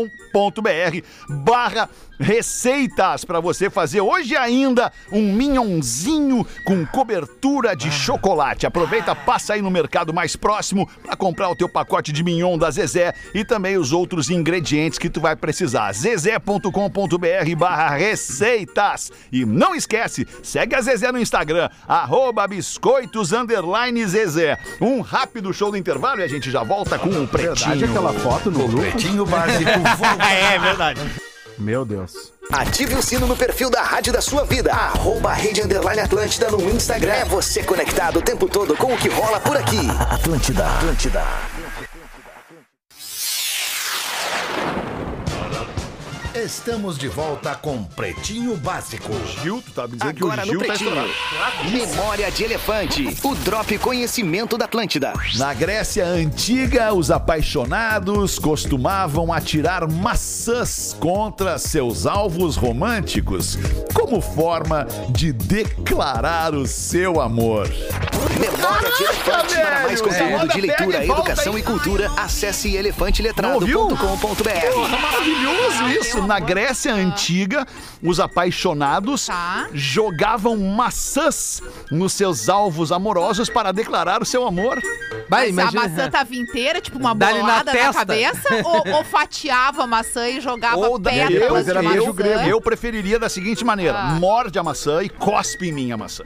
S3: zezé.com.br barra receitas pra você fazer hoje ainda um minhonzinho com cobertura
S7: Ah.
S3: de chocolate. Aproveita, passa aí no mercado mais próximo pra comprar o teu pacote de mignon da Zezé e também os outros ingredientes que tu vai precisar. zezé.com.br barra receitas. E não esquece, segue a Zezé no Instagram, arroba biscoitos underline Zezé. Um rápido show do intervalo e a gente já volta com o
S5: Verdade,
S3: Pretinho.
S5: aquela foto no grupo?
S2: Pretinho básico, volta.
S9: É verdade.
S5: Meu Deus.
S12: Ative o sino no perfil da rádio da sua vida. Arroba Rede Underline Atlântida no Instagram. É você conectado o tempo todo com o que rola por aqui. Atlântida, Atlântida.
S3: Estamos de volta com Pretinho Básico.
S13: Gil, tu tá me dizendo
S2: Agora
S13: que o Gil
S2: no
S13: tá
S2: Pretinho.
S13: estourado.
S2: Memória de Elefante. O Drop Conhecimento da Atlântida.
S3: Na Grécia antiga, os apaixonados costumavam atirar maçãs contra seus alvos românticos como forma de declarar o seu amor.
S2: Memória de Elefante. Para mais
S3: velho! É.
S2: conteúdo
S3: Roda,
S2: de
S3: pega
S2: leitura,
S3: e volta
S2: educação
S3: aí.
S2: e cultura, acesse
S3: Porra, é
S2: elefanteletrado.com.br.
S3: maravilhoso
S7: Ah,
S3: isso! Na Grécia Antiga, os apaixonados
S7: Tá.
S3: jogavam maçãs nos seus alvos amorosos para declarar o seu amor.
S8: Vai,
S7: Mas
S8: imagina.
S7: a maçã tava inteira, tipo uma
S8: Dá-lhe na
S7: bolada na,
S8: testa.
S7: cabeça? ou, ou fatiava a maçã e jogava
S3: Ou da-
S7: pedra
S3: eu,
S7: na maçã?
S3: eu, eu preferiria da seguinte maneira:
S7: Ah.
S3: morde a maçã e cospe em mim a maçã.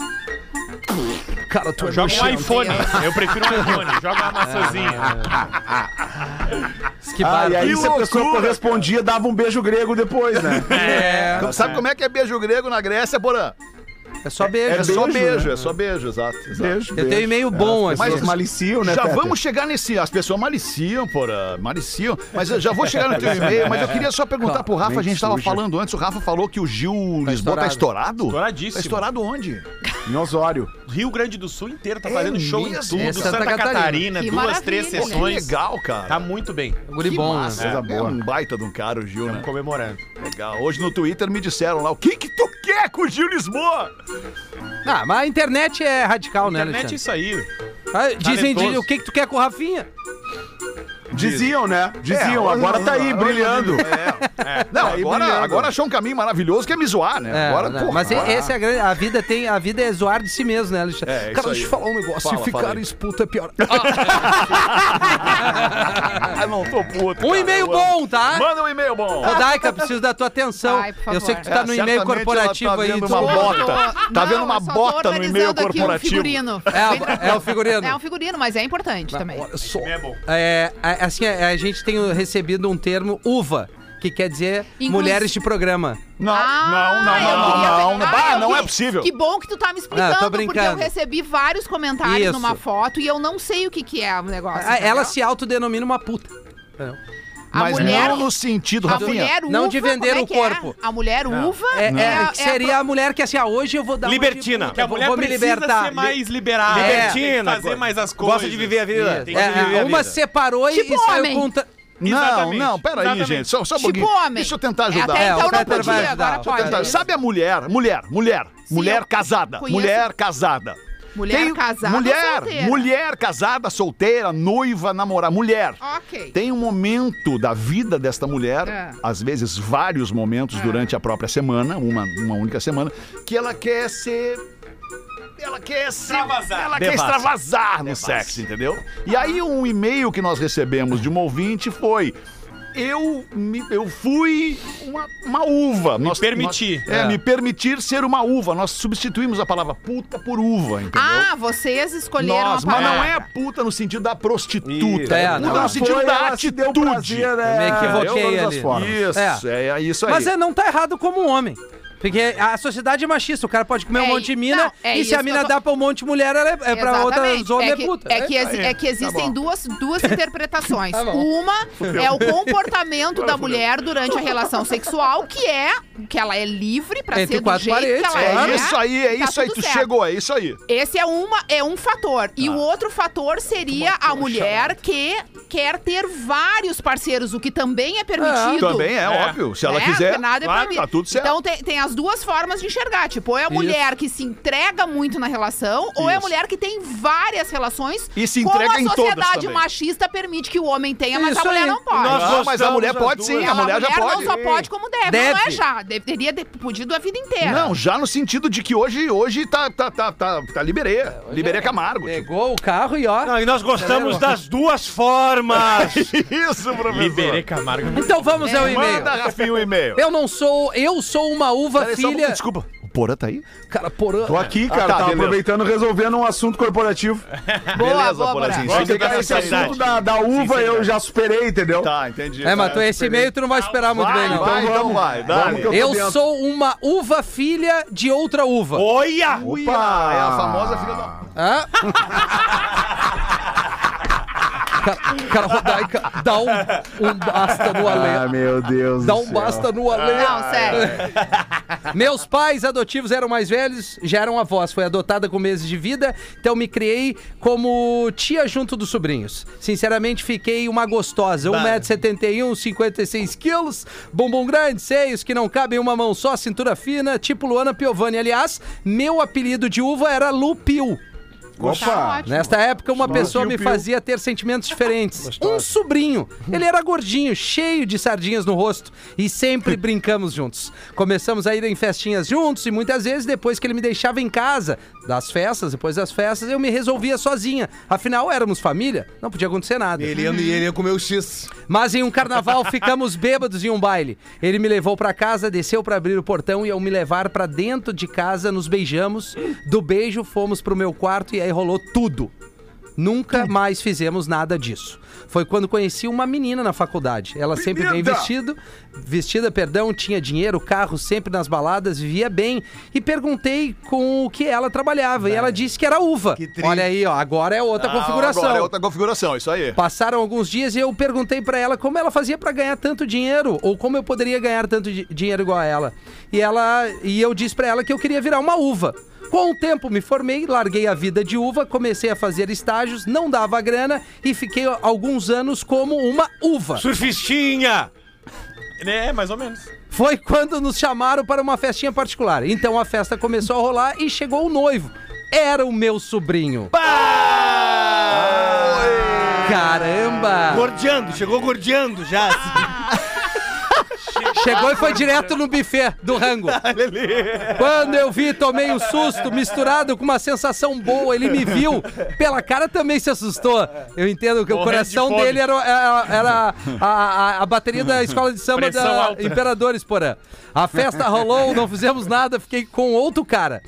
S14: Cara, tu é
S9: Joga um
S14: nojento.
S9: iPhone. Eu prefiro um iPhone. Joga uma maçãzinha.
S8: Que
S5: Ah, e
S8: barba.
S5: aí, se a pessoa
S3: loucura,
S5: correspondia, dava um beijo grego depois, né?
S8: É,
S3: Sabe como é que é beijo grego na Grécia, Porã?
S8: é só beijo.
S3: É, só
S5: beijo,
S3: beijo,
S5: né?
S3: é só beijo, exato. exato.
S8: Eu tenho e-mail bom, assim.
S5: Mas
S3: Mas-
S5: maliciam, né?
S3: já
S5: Peter?
S3: vamos chegar nesse. As pessoas maliciam, porra. Maliciam. Mas eu já vou chegar no teu e-mail. Mas eu queria só perguntar pro Rafa. A gente tava falando antes. O Rafa falou que o Gil Lisboa tá estourado.
S9: Estouradíssimo.
S3: Tá estourado onde?
S5: Em Osório.
S9: Rio Grande do Sul inteiro tá
S3: É
S9: fazendo show
S3: mesmo?
S9: em
S8: É
S9: tudo.
S8: Santa
S9: Santa,
S8: Catarina.
S9: Catarina,
S7: Que
S9: duas, três
S7: maravilha.
S3: Que
S9: sessões.
S3: legal, cara.
S9: Tá muito bem.
S8: Guri
S3: Que
S8: bom,
S3: massa,
S8: né?
S3: é.
S5: boa.
S3: um baita de um cara, o Gil, né?
S9: Comemorando.
S3: Legal. Hoje no Twitter me disseram lá, o que que tu quer com o Gil Lisboa?
S8: Ah, mas a internet é radical, né,
S9: Internet é
S8: Alexandre?
S9: isso aí.
S8: Ah, dizem
S9: Talentoso.
S8: de- o que, que tu quer com o Rafinha?
S5: Diziam, né? Diziam.
S3: É,
S5: agora tá aí, brilhando. Tá
S3: É. Não,
S5: Aí
S3: agora,
S5: brilhando.
S3: agora achou um caminho maravilhoso que é me zoar, né?
S8: É,
S3: agora,
S8: né?
S3: porra,
S8: mas e-
S3: agora-
S8: essa é a grande. A vida, tem, a vida é zoar de si mesmo, né, Alexandre?
S3: É, é isso
S8: Cara, deixa eu te
S3: aí.
S8: falar um negócio.
S3: Fala,
S8: Se
S3: fala
S8: ficar
S3: aí.
S8: esputo é pior.
S3: Ah, não tô puto.
S8: Um
S3: cara,
S8: e-mail
S3: eu amo.
S8: bom, tá?
S3: Manda um e-mail bom.
S8: Rodaica, preciso da tua atenção.
S7: Ai, por favor.
S8: eu sei que tu tá
S3: É,
S8: no e-mail
S3: certamente
S8: corporativo
S3: ela tá
S8: aí.
S3: vendo
S8: tu-
S3: uma bota.
S7: Tô-
S3: Tá vendo
S7: não,
S3: uma
S7: eu só tô
S3: bota no
S7: organizando
S3: e-mail
S7: aqui um
S3: corporativo.
S7: figurino.
S8: É, é o figurino.
S7: É um figurino, mas é importante também.
S8: Olha só.
S9: É bom.
S8: É, a- assim, a, a gente tem recebido um termo uva, que quer dizer
S7: Inclusive-
S8: mulheres de programa.
S3: Não,
S7: Ah,
S3: não, não,
S7: eu
S3: não,
S7: queria
S3: não, não.
S7: pegar.
S3: Ah,
S7: eu
S3: não é
S7: que-
S3: possível.
S7: Que bom que tu tá me explicando,
S8: Ah, tô
S7: porque
S8: brincando.
S7: eu recebi vários comentários
S8: Isso.
S7: numa foto e eu não sei o que, que é o negócio.
S8: Ah, ela
S7: entendeu?
S8: se autodenomina uma puta.
S7: A
S3: Mas
S7: mulher-
S3: não no sentido,
S7: A
S3: Rafinha.
S7: mulher uva,
S8: Não de vender
S7: como é
S8: o
S7: que é?
S8: corpo.
S7: A mulher uva
S8: É, é,
S7: a-
S8: que seria a mulher que assim, ah, hoje eu vou dar uma de
S10: Libertina.
S8: puta,
S10: Que
S9: a
S8: vou-
S9: mulher
S8: vou me
S9: precisa
S8: libertar.
S9: ser mais liberada.
S8: É.
S9: tem que fazer
S10: Libertina,
S9: mais as coisas.
S10: Gosta de viver a
S8: Isso.
S10: vida. Tem que
S8: É,
S10: viver a
S8: uma
S10: vida.
S8: separou e-
S7: Tipo
S8: e saiu
S7: homem.
S8: conta.
S3: Não,
S9: Exatamente,
S3: não, peraí,
S9: exatamente.
S3: gente. Só, só um
S7: tipo
S3: pouquinho.
S7: homem.
S3: Deixa eu tentar
S7: É,
S3: ajudar.
S8: É,
S7: até
S8: o
S7: então não
S8: Peter vai
S7: podia, agora
S8: ajudar, o Peter
S7: pode.
S3: Tá, sabe a mulher, mulher, mulher,
S7: Sim,
S3: mulher
S7: eu
S3: casada,
S7: conheço.
S3: mulher casada.
S7: Mulher
S3: Tem-
S7: casada ou
S3: mulher,
S7: solteira?
S3: mulher casada, solteira, noiva, namorada, mulher.
S7: Ok.
S3: Tem um momento da vida desta mulher,
S7: É.
S3: às vezes vários momentos durante a própria semana, uma, uma única semana, que ela quer ser ela quer se-
S9: Extravasar.
S3: Ela quer
S9: Devassa.
S3: extravasar no
S9: Devassa.
S3: sexo, entendeu? E aí um e-mail que nós recebemos de uma ouvinte foi. Eu, me, eu fui uma, uma uva. Me
S9: permiti.
S3: é,
S9: É.
S3: me permitir ser uma uva. Nós substituímos a palavra puta por uva, entendeu?
S7: Ah, vocês escolheram
S3: Nós,
S7: a
S3: mas
S7: palavra.
S3: não é puta no sentido da prostituta.
S8: É,
S3: é,
S8: não.
S3: puta no sentido da atitude.
S8: Eu me equivoquei
S3: Eu-
S8: ali.
S3: Isso, é. é isso aí.
S8: Mas é, não tá errado como um homem. Porque a sociedade é machista, o cara pode comer um
S7: É,
S8: monte de mina
S7: não, é
S8: e
S7: isso
S8: se a
S7: que
S8: mina
S7: eu tô-
S8: dá pra um monte de mulher, ela é, é pra outras
S7: Exatamente.
S8: homens
S7: é
S8: é
S7: que,
S8: puta.
S7: É que, exi-
S3: aí.
S7: é que existem
S3: Tá bom. Tá
S7: duas, duas interpretações.
S8: bom.
S7: Uma é o comportamento da mulher durante a relação sexual, que é que ela é livre pra
S8: Entre
S7: ser do
S8: quatro
S7: jeito
S8: paredes,
S7: que ela
S3: É
S7: é.
S3: isso aí, é
S7: Tá
S3: isso aí.
S7: tudo
S3: Tu
S7: certo.
S3: chegou, Tá. é isso aí.
S7: Esse é, uma, é um fator. E o outro fator seria a mulher que quer ter vários parceiros, o que também é permitido.
S3: Também é,
S9: É.
S3: óbvio. Se ela
S7: né?
S3: quiser,
S7: Porque nada é
S3: claro,
S7: proibido.
S3: tá tudo certo.
S7: Então tem, tem as duas formas de enxergar. Tipo, ou é a mulher que se entrega muito na relação, ou é a
S3: Isso.
S7: mulher que tem várias relações.
S3: E se entrega em
S7: Como a
S3: todas
S7: sociedade
S3: também.
S7: machista permite que o homem tenha, mas a
S8: Isso
S7: mulher
S8: aí.
S7: não pode.
S10: Nós
S3: Ah, mas a
S10: gostamos
S3: mulher
S10: as
S3: pode
S10: duas.
S3: sim,
S7: Ela-
S3: a mulher já
S7: não
S3: pode.
S7: só pode como deve, não
S8: Deve.
S7: é já. Deveria ter podido a vida inteira.
S3: Não, já no sentido de que hoje, hoje tá, tá, tá, tá, tá liberei. liberei Camargo. tipo.
S8: Pegou o carro e ó.
S10: Não, e nós gostamos das duas formas.
S3: tipo. Isso, professor.
S9: Liberei Camargo.
S8: Então vamos
S7: É.
S8: ao e-mail.
S3: Manda, Rafinha, o e-mail.
S8: Eu não sou. Eu sou uma uva
S3: Peraí, só um
S8: filha.
S3: pouco, desculpa. O Porã tá aí?
S8: Cara, porã.
S5: Tô aqui,
S3: Ah,
S5: cara.
S3: tá,
S5: tava
S3: beleza.
S5: aproveitando, resolvendo um assunto corporativo.
S7: boa,
S3: Beleza,
S7: boa,
S3: Porazinho.
S7: Porã.
S9: Gosto
S5: Porque, cara,
S9: dessa
S5: esse
S9: qualidade.
S5: assunto da, da uva eu já superei, entendeu?
S3: Tá, entendi.
S8: É, mas tu, esse e-mail tu não vai esperar muito
S3: Vai,
S8: bem, não.
S3: vai, então vai.
S5: Vamos que
S3: Dá.
S5: eu-
S8: Eu
S5: dentro.
S8: sou uma uva filha de outra uva.
S10: Olha!
S3: Opa, é a famosa filha da...
S8: Hã?
S4: Cara, cara Rodaica, dá um, um basta no Alê.
S5: Ah, meu Deus.
S4: Dá
S5: do
S4: um
S5: céu.
S4: basta no Alê.
S3: é.
S7: Não, sério.
S8: Meus pais adotivos eram mais velhos, já eram avós. Foi adotada com meses de vida, então me criei como tia junto dos sobrinhos. Sinceramente, fiquei uma gostosa. 1,71m, 56kg, bumbum grande, seios que não cabem em uma mão só, cintura fina, tipo Luana Piovani. Aliás, meu apelido de uva era Lupil.
S5: Opa.
S7: Tá ótimo.
S8: Nesta época, uma pessoa
S5: Piu,
S8: me
S5: piu.
S8: fazia ter sentimentos diferentes. Um sobrinho. Ele era gordinho, cheio de sardinhas no rosto. E sempre brincamos juntos. Começamos a ir em festinhas juntos e muitas vezes, depois que ele me deixava em casa, das festas, depois das festas, eu me resolvia sozinha. Afinal, éramos família, não podia acontecer nada.
S6: Ele ia, ele ia comer o X.
S8: Mas em um carnaval ficamos bêbados em um baile. Ele me levou pra casa, desceu pra abrir o portão e ao me levar pra dentro de casa, nos beijamos. Do beijo fomos pro meu quarto e aí rolou tudo. Nunca mais fizemos nada disso. Foi quando conheci uma menina na faculdade. Ela sempre bem vestida, vestida, perdão, tinha dinheiro, carro, sempre nas baladas, vivia bem. E perguntei com o que ela trabalhava. E ela disse que era uva. Olha aí, ó, agora é outra configuração.
S3: Agora é outra configuração, isso aí.
S8: Passaram alguns dias e eu perguntei pra ela como ela fazia pra ganhar tanto dinheiro ou como eu poderia ganhar tanto di- dinheiro igual a ela. E ela e eu disse pra ela que eu queria virar uma uva. Com o tempo me formei, larguei a vida de uva, comecei a fazer estágios, não dava grana e fiquei alguns anos como uma uva.
S9: Surfistinha! É, mais ou menos.
S8: Foi quando nos chamaram para uma festinha particular. Então a festa começou a rolar e chegou o noivo. Era o meu sobrinho. Caramba!
S6: Gordeando, chegou gordeando já.
S8: Chegou e foi direto no buffet do rango. Quando eu vi, tomei um susto misturado com uma sensação boa. Ele me viu, pela cara também se assustou. Eu entendo que o
S9: Morrendo de
S8: coração
S9: fome.
S8: dele era, era- era a, a- a bateria da escola de samba
S9: Pressão
S8: da
S9: alta.
S8: Imperadores Porã. A festa rolou, não fizemos nada, fiquei com outro cara.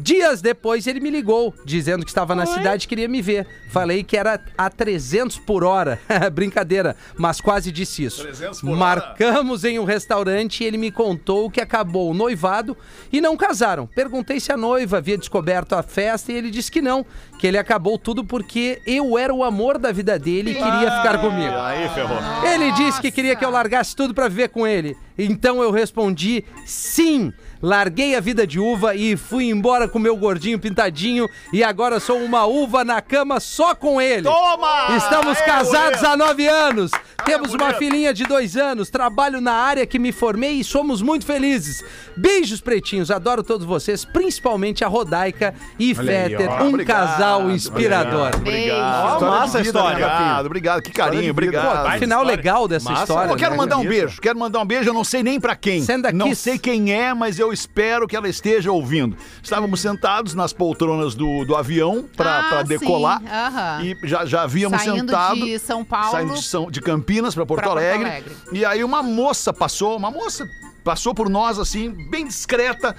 S8: Dias depois ele me ligou, dizendo que estava na cidade e queria me ver. Falei que era a 300 por hora. Brincadeira, mas quase disse isso.
S3: 300 por hora?
S8: Marcamos em um restaurante e ele me contou que acabou o noivado e não casaram. Perguntei se a noiva havia descoberto a festa e ele disse que não, que ele acabou tudo porque eu era o amor da vida dele e queria ficar comigo.
S3: Ah, Aí, ferrou.
S8: Ele disse que queria que eu largasse tudo pra viver com ele. Então eu respondi sim. Larguei a vida de uva e fui embora com meu gordinho pintadinho e agora sou uma uva na cama só com ele.
S3: Toma!
S8: Estamos
S3: Aê,
S8: casados
S3: Moreira!
S8: há nove anos. Temos uma
S3: bonito.
S8: filhinha de dois anos. Trabalho na área que me formei e somos muito felizes. Beijos, pretinhos. Adoro todos vocês, principalmente a Rodaica e Fetter. Um casal inspirador.
S7: Beijo.
S3: História de
S6: massa a
S3: vida,
S6: história.
S3: né, Obrigado, obrigado. Que carinho, obrigado.
S9: Pô,
S8: O
S9: Baita
S8: final
S9: história.
S8: legal dessa história.
S3: Eu quero
S8: né,
S3: mandar um
S8: cara?
S3: beijo, quero mandar um beijo, eu não sei nem pra quem.
S8: Send a
S3: não
S8: kiss.
S3: sei quem é, mas eu espero que ela esteja ouvindo. Estávamos sentados nas poltronas do, do avião pra,
S7: Ah,
S3: pra
S7: sim,
S3: decolar.
S7: aham.
S3: E já, já havíamos
S7: Saindo
S3: sentado.
S7: de São Paulo.
S3: Saindo de, São- de Campinas pra Porto,
S7: Pra Porto
S3: Alegre,
S7: Alegre.
S3: E aí uma moça passou, uma moça passou por nós assim, bem discreta.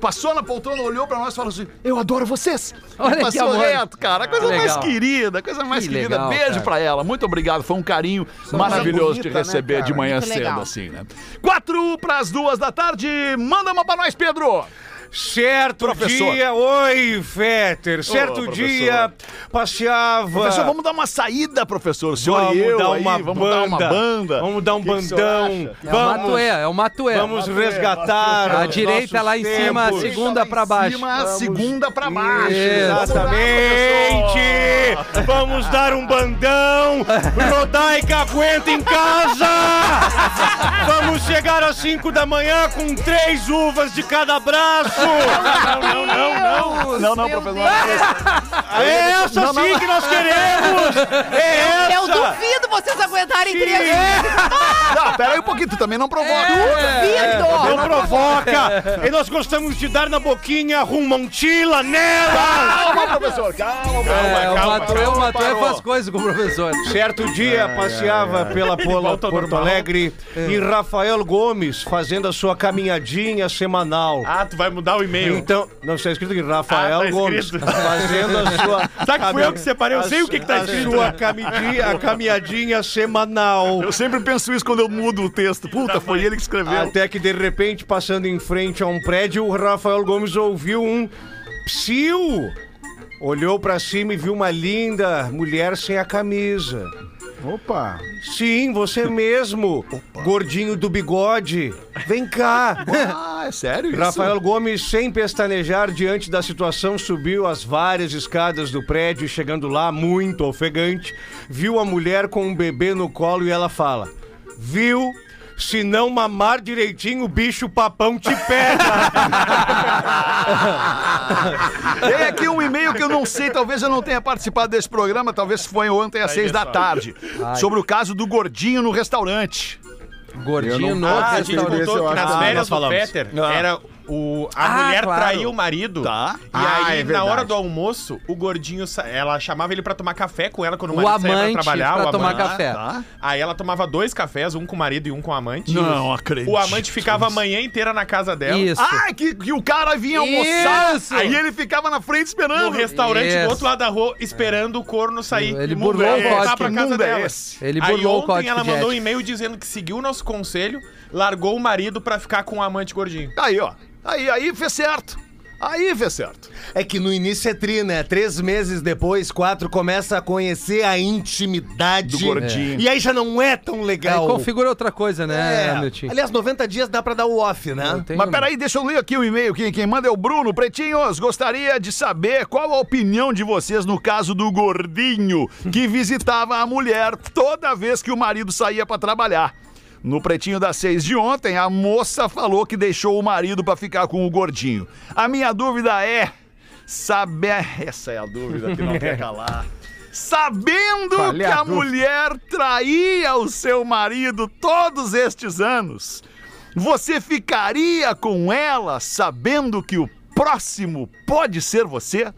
S3: Passou na poltrona, olhou pra nós e falou assim: Eu adoro vocês!
S8: Olha que
S3: e passou
S8: amor.
S3: reto, cara. A coisa
S8: Que
S3: mais
S8: legal.
S3: querida, a coisa mais
S8: Que
S3: querida.
S8: legal,
S3: Beijo
S8: cara.
S3: pra ela. Muito obrigado. Foi um carinho maravilhoso de
S5: bonita, né,
S3: receber de
S5: cara?
S3: manhã
S7: Muito
S3: cedo,
S7: legal.
S3: assim, né? Quatro pras duas da tarde. Manda uma pra nós, Pedro!
S10: Certo
S3: Professor.
S10: dia, oi, Fetter. Certo
S3: professor.
S10: dia, passeava.
S3: Professor, vamos dar uma saída, professor. O senhor e eu aí, vamos dar uma banda.
S10: Vamos dar um
S3: que que o senhor
S10: bandão.
S8: É o Matuê, é o Matuê.
S10: Vamos resgatar.
S8: A
S10: os
S8: direita
S10: nossos
S8: lá em cima, a
S10: tempos.
S8: segunda pra baixo.
S3: Cima, segunda pra baixo. Vamos lá,
S10: Exatamente! Vamos dar um bandão! Rodaica aguenta em casa! Vamos chegar às 5 da manhã com três uvas de cada braço!
S7: Não, não,
S3: Não, não, professor, não,
S10: É essa sim que nós queremos! É
S7: Eu
S10: essa!
S7: duvido vocês aguentarem
S3: é.
S7: três.
S3: Não, pera aí um pouquinho, tu também não
S8: É,
S3: provoca.
S7: Duvido!
S10: Não provoca! E nós gostamos de dar na boquinha rumontila nela!
S3: Calma, professor, calma, calma,
S8: É, o
S3: calma.
S8: Matuê, o
S3: calma,
S8: Matuê
S3: parou.
S8: faz coisas com o professor.
S10: Certo dia passeava pela Pola,
S9: volta ao
S10: Porto
S9: normal. É.
S10: Alegre e Rafael Gomes fazendo a sua caminhadinha semanal.
S9: Ah, tu vai mudar o e-mail.
S10: Então, não está escrito aqui, Rafael
S9: Ah, tá
S10: Gomes
S9: escrito.
S10: fazendo a sua.
S9: Sabe que fui eu que separei? Eu
S10: a
S9: sei o que
S10: su-
S9: que tá
S10: a
S9: escrito.
S10: Sua camidinha, a caminhadinha semanal.
S3: Eu sempre penso isso quando eu mudo o texto. Puta, foi ele que escreveu.
S10: Até que de repente, passando em frente a um prédio, o Rafael Gomes ouviu um psiu. Olhou pra cima e viu uma linda mulher sem a camisa.
S5: Opa!
S10: Sim, você mesmo, gordinho do bigode. Vem cá.
S3: Ah, é sério isso?
S10: Rafael Gomes, sem pestanejar diante da situação, subiu as várias escadas do prédio e chegando lá, muito ofegante, viu a mulher com um bebê no colo e ela fala: Viu? Se não mamar direitinho, o bicho papão te pega.
S3: Tem aqui um e-mail que eu não sei, talvez eu não tenha participado desse programa, talvez foi ontem às seis da tarde. Sobre o caso do gordinho no restaurante.
S8: Gordinho no
S9: Ah, a gente
S8: restaurante.
S5: esse eu
S9: contou que
S5: acho
S9: nas
S5: que
S9: férias
S5: nós
S9: do
S5: falamos.
S9: Peter era o, a
S8: Ah,
S9: mulher
S8: claro.
S9: traiu o marido.
S3: Tá.
S9: E
S5: Ah,
S9: aí,
S5: é
S9: na
S5: verdade.
S9: hora do almoço, o gordinho, sa- ela chamava ele pra tomar café com ela quando o
S8: O
S9: marido saía
S8: amante
S9: pra trabalhar.
S8: pra
S9: o
S8: tomar
S9: amante.
S8: café.
S9: Aí ela tomava dois cafés, um com o marido e um com a amante.
S3: Não acredito.
S9: O amante ficava a manhã inteira na casa dela.
S8: Isso.
S3: Ah, que, que o cara vinha almoçar,
S8: Isso!
S3: aí ele ficava na frente
S9: No
S3: esperando.
S9: restaurante
S8: Isso.
S9: do outro lado da rua, esperando o corno sair.
S8: Ele
S9: Que mundo
S8: burlou
S9: é
S8: o
S9: esse?
S8: código.
S9: Voltar pra
S3: Que
S9: casa
S3: mundo é
S9: dela.
S3: esse?
S8: Ele
S9: Aí
S8: burlou o
S9: ontem
S8: código
S9: ela
S8: de
S9: mandou um
S8: ética.
S9: e-mail dizendo que seguiu o nosso conselho, largou o marido pra ficar com o amante gordinho.
S3: Aí, ó. Aí, aí fez certo. Aí fez certo.
S6: É que no início é tri, né? Três meses depois, quatro, começa a conhecer a intimidade.
S3: Do gordinho.
S6: E aí já não é tão
S8: Aí
S6: legal.
S8: configura outra coisa, né,
S6: É.
S8: meu tio?
S6: Aliás, 90 dias dá pra dar o off, né?
S8: um-
S3: Mas peraí, deixa eu ler aqui o e-mail. Quem, quem manda é o Bruno Pretinhos. Gostaria de saber qual a opinião de vocês no caso do gordinho que visitava a mulher toda vez que o marido saía pra trabalhar. No pretinho das seis de ontem, a moça falou que deixou o marido pra ficar com o gordinho. A minha dúvida é saber. Essa é a dúvida que não quer calar. Sabendo
S5: Falei a
S3: que a
S5: dúvida.
S3: mulher traía o seu marido todos estes anos, você ficaria com ela sabendo que o próximo pode ser você?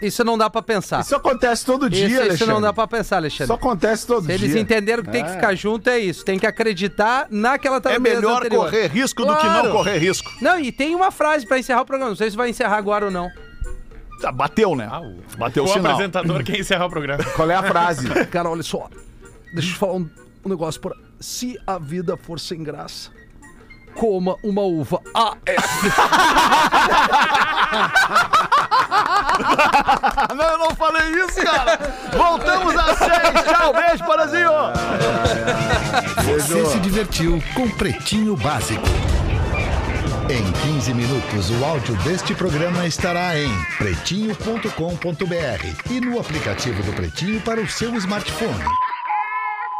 S8: um- Isso não dá pra pensar.
S5: Isso acontece todo dia,
S8: Isso, isso
S5: Alexandre.
S8: não dá pra pensar, Alexandre.
S5: Isso
S3: um
S5: acontece todo
S8: Se
S5: dia.
S8: eles entenderam que tem que
S5: É.
S8: ficar junto, é isso. Tem que acreditar
S3: Ah.
S8: naquela
S3: É
S8: travessa
S3: melhor
S8: anterior.
S3: correr risco do que
S8: Claro.
S3: não correr risco.
S8: Não, e tem uma frase pra encerrar o programa. Não sei se vai encerrar agora ou não.
S3: Tá, bateu, né? Bateu o
S9: o
S3: sinal.
S9: apresentador quer encerrar o programa.
S5: Qual é a frase?
S4: Cara, olha só. Deixa eu te falar um, um negócio. Por... Se a vida for sem graça, coma uma uva. Ah, é.
S3: Ah, não, eu não falei isso, cara. Voltamos às seis. Tchau, beijo, parazinho.
S15: Você se divertiu com Pretinho Básico. Em 15 minutos, o áudio deste programa estará em pretinho.com.br e no aplicativo do Pretinho para o seu smartphone.